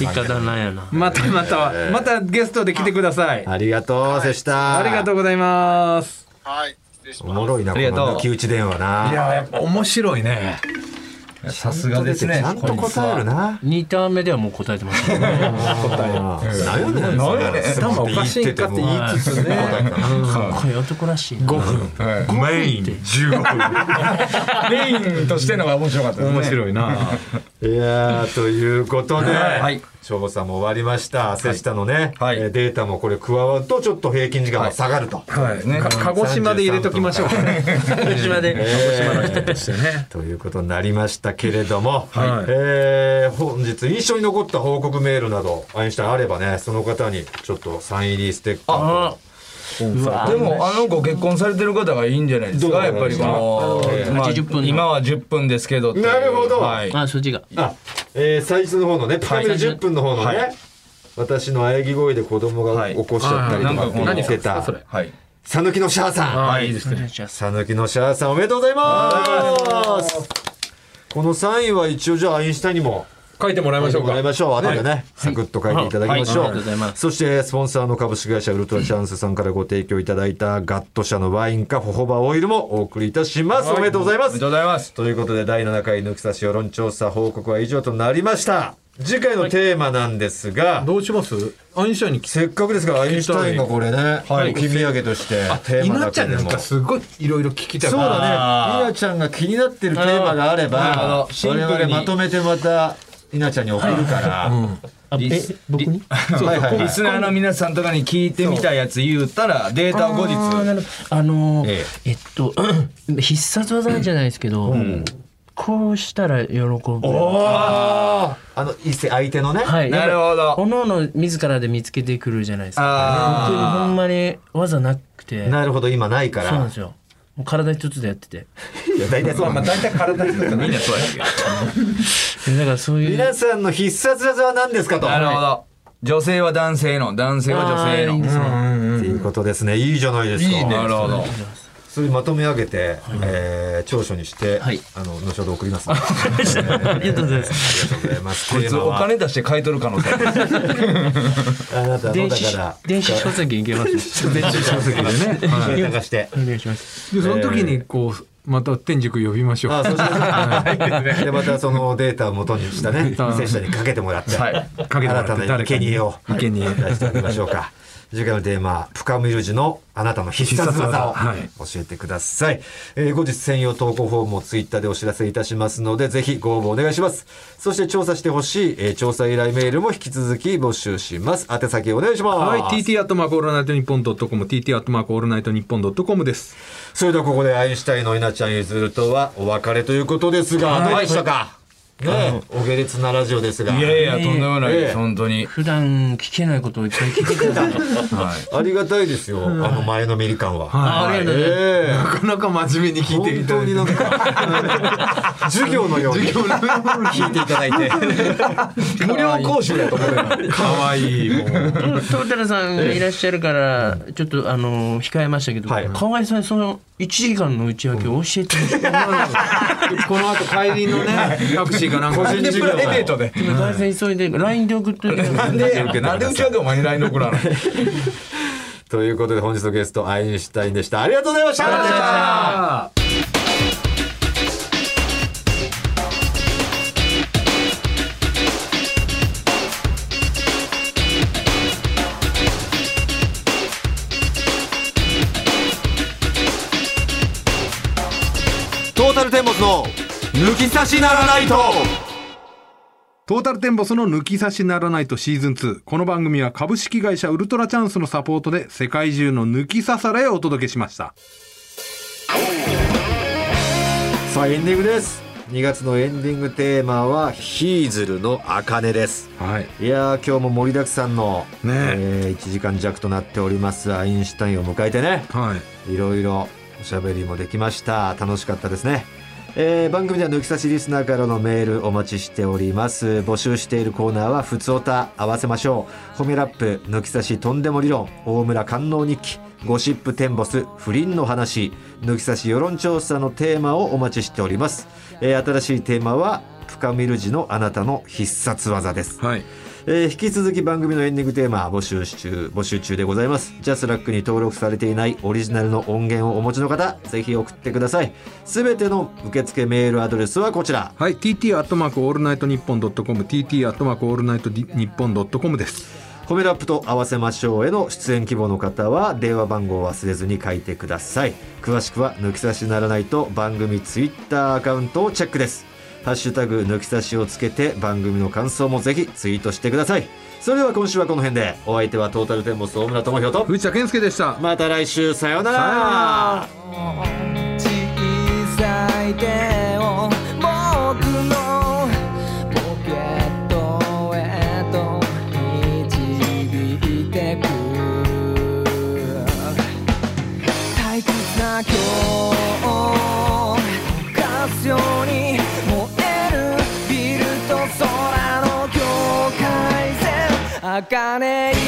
Speaker 10: いかだなんやな
Speaker 2: またまた、またゲストで来てください、
Speaker 1: ありがとう瀬下
Speaker 2: ありがとうございます
Speaker 4: はい、失礼し
Speaker 1: お
Speaker 4: ま
Speaker 1: もろいなこ
Speaker 5: ありがとう
Speaker 1: の抜き打ち電話
Speaker 2: い
Speaker 1: な
Speaker 2: ややっぱ面白いね
Speaker 5: さすがですね
Speaker 1: ちゃんと答えるな
Speaker 10: 二ターン目ではもう答えてますね
Speaker 1: 答え何よね何よね
Speaker 2: 頭おかしいんかって言いつつ ね
Speaker 10: これ男らしいな
Speaker 2: メイン15分
Speaker 5: メインとしてのが面白かったですね
Speaker 2: 面白いない
Speaker 1: やーということで、
Speaker 5: い
Speaker 1: 省吾さんも終わりました、瀬下のね、
Speaker 5: はい
Speaker 1: えーデータもこれ加わると、ちょっと平均時間が下がると。
Speaker 2: はい、
Speaker 5: ね
Speaker 2: か鹿児島で入れときましょうかね。
Speaker 10: 鹿児島で
Speaker 2: 鹿児島の人として ね。
Speaker 1: ということになりましたけれども、
Speaker 2: はい
Speaker 1: えー本日印象に残った報告メールなど、アインシュタインあればね、その方にちょっとサイン入りステッカーを
Speaker 5: でもあのご結婚されてる方がいいんじゃないです
Speaker 1: どう
Speaker 5: か
Speaker 1: な
Speaker 5: や
Speaker 1: ん
Speaker 5: っ
Speaker 1: で
Speaker 5: ぱ
Speaker 1: す
Speaker 5: り
Speaker 1: か
Speaker 5: この
Speaker 10: あ
Speaker 5: まあ
Speaker 10: 80分の
Speaker 5: 今は10分ですけどっていう
Speaker 1: なるほど
Speaker 5: はい
Speaker 10: あそっちが
Speaker 1: あ、えー最初の方のね、ピカメル10分の方のね、
Speaker 5: はい
Speaker 1: 私の喘ぎ声で子供が
Speaker 5: はい
Speaker 1: 起こしちゃったりとかって言ってた、
Speaker 5: はい
Speaker 1: さぬきのシャアさん。
Speaker 2: ああ、いいですね。
Speaker 1: さぬきのシャアさんおめでとうございますこのサインは一応じゃあアインシュタインにも
Speaker 2: 書いてもらいましょう
Speaker 1: もらい
Speaker 2: か。
Speaker 1: ましょう後でね、サクッと書いていただきましょう、
Speaker 10: はいありがとうございます
Speaker 1: そしてスポンサーの株式会社ウルトラチャンスさんからご提供いただいたガット社のワインかホホバオイルもお送りいたします、おめでとうございま
Speaker 5: お
Speaker 1: す
Speaker 5: めでとうございます
Speaker 1: ということで第7回抜き差し世論調査報告は以上となりました次回のテーマなんですが、
Speaker 2: どうしますアインシュタインに来
Speaker 1: せっかくですからアインシュタインがこれね、お気見上げとしてテーマ
Speaker 2: 稲
Speaker 1: だ
Speaker 2: ちゃ
Speaker 1: け
Speaker 2: ん
Speaker 1: で
Speaker 2: なん
Speaker 1: も
Speaker 2: かすごいいろいろ聞きたい
Speaker 1: そうだね。稲ちゃんが気になってるテーマがあれば、
Speaker 5: ほど
Speaker 1: 我
Speaker 5: シンプル
Speaker 1: 々
Speaker 5: に
Speaker 1: まとめてまた稲ちゃんに送るから。
Speaker 10: え僕に
Speaker 1: はいはいはい
Speaker 5: リスナーの皆さんとかに聞いてみたやつ言ったらデータを後日
Speaker 10: あーなるほどあのー
Speaker 1: え
Speaker 10: えっと 必殺技じゃないですけど、こうしたら喜ぶ
Speaker 1: あの伊勢相手のね。
Speaker 10: はい
Speaker 5: なるほど
Speaker 10: おのおの自らで見つけてくるじゃないですか本当にほ
Speaker 5: あ
Speaker 10: んまに技なくて
Speaker 1: なるほど今ないか
Speaker 10: そうなん
Speaker 1: ら
Speaker 10: で。すよもう体一つでやってて
Speaker 1: いや大体そうなんだ。
Speaker 5: 体体みんなそうや
Speaker 10: でだからそういう
Speaker 1: 皆さんの必殺技は何ですかと。
Speaker 5: なるほど女性は男性の男性は女性
Speaker 10: あーいいん
Speaker 5: の
Speaker 10: ですね
Speaker 1: っていうことですね。いいじゃないですか。
Speaker 5: なるほど
Speaker 1: それまとめ上げて、えー長所にして、
Speaker 10: はい
Speaker 1: あの後ほど送りますので。
Speaker 10: ありがとうございます
Speaker 1: ありがとうございます。
Speaker 5: こい
Speaker 1: テ
Speaker 5: つ
Speaker 1: ーマ
Speaker 5: お
Speaker 1: は
Speaker 5: 金出して買い取る可能性ある
Speaker 1: あなたの
Speaker 10: 電
Speaker 1: だ
Speaker 10: 子
Speaker 1: から
Speaker 10: 電子書籍いけます
Speaker 1: 電子書籍でね、はいなんかして。
Speaker 10: お願いします
Speaker 2: で、その時にこう、また天竺呼びましょう。
Speaker 1: あそうしましょうでまたそのデータを元にした ね
Speaker 2: タを
Speaker 1: 選手にかけてもらって、
Speaker 5: はい
Speaker 2: かけてもらって
Speaker 1: 新たな生贄を
Speaker 2: 誰かに
Speaker 1: はい出してあげましょうか次回のテーマ「プカミルジのあなたの必殺技」を
Speaker 2: 必殺技はい
Speaker 1: 教えてください、えー後日専用投稿フォームをツイッターでお知らせいたしますのでぜひご応募お願いしますそして調査してほしい、えー調査依頼メールも引き続き募集します宛先お願いします、
Speaker 2: はい、TT アットマークオールナイトニッポンドットコム、TT アットマークオールナイトニッポンドットコムです。
Speaker 1: それではここでアインシュタインの稲ちゃん譲るとはお別れということですが、どうでしたか、ね、お下劣なラジオですが。
Speaker 5: いやいや、とんでもないです、
Speaker 1: ええ
Speaker 5: 本当に。
Speaker 15: 普段聞けないことをいっぱい聞いてくれた。
Speaker 1: ありがたいですよ、あの前のめり感は。
Speaker 16: あありがとうございます
Speaker 1: ええ
Speaker 16: なかなか真面目に聞いていただいて。
Speaker 1: 授業のように聞いていただいて。
Speaker 5: 無料講習だと思うよ。
Speaker 1: かわいい、もう。
Speaker 15: トータルさんがいらっしゃるから、ちょっとあの控えましたけど、河合さんその一時間の内訳を教えてほしい。
Speaker 16: この後帰りのね、タクシーかなんかで。
Speaker 5: で、プライベートで。
Speaker 15: 今河合さん急いで LINE で送っといて。
Speaker 5: なんで、なんでうちはお前に LINE 送らない
Speaker 1: ということで、本日のゲスト、アインシュタインでした。ありがとうございました。トータルテンボスの抜き差しならないと。
Speaker 2: トータルテンボスの抜き差しならないとシーズン2。この番組は株式会社ウルトラチャンスのサポートで世界中の抜き差されをお届けしました。
Speaker 1: さあ、エンディングです。2月のエンディングテーマは、ヒーズルの茜です。
Speaker 2: はい。
Speaker 1: いやー今日も盛りだくさんの、
Speaker 2: ね
Speaker 1: えー、1時間弱となっておりますアインシュタインを迎えてね
Speaker 2: はい。
Speaker 1: いろいろおしゃべりもできました楽しかったですね、えー番組では抜き差しリスナーからのメールお待ちしております募集しているコーナーは「ふつおた」合わせましょう「褒めラップ」「抜き差しとんでも理論」「大村官能日記」「ゴシップテンボス」「不倫の話」「抜き差し世論調査」のテーマをお待ちしております、えー新しいテーマは「深見る時のあなたの必殺技」です
Speaker 2: はい。
Speaker 1: えー引き続き番組のエンディングテーマ募集中募集中でございますジャスラックに登録されていないオリジナルの音源をお持ちの方ぜひ送ってくださいすべての受付メールアドレスはこちら
Speaker 2: はい。TT アットマークオールナイトニッポンドットコム、TT アットマークオールナイトニッポンドットコムです。
Speaker 1: 褒めラップと合わせましょうへの出演希望の方は電話番号を忘れずに書いてください詳しくは抜き差しならないと番組ツイッターアカウントをチェックですハッシュタグ抜き差しをつけて番組の感想もぜひツイートしてくださいそれでは今週はこの辺でお相手はトータルテンボス大村智広と
Speaker 2: 藤田健介でした。
Speaker 1: また来週さようなら
Speaker 10: 小さい手を僕のポケットへと導いてく退屈な今日かすように燃えるビルと空の境界線茜色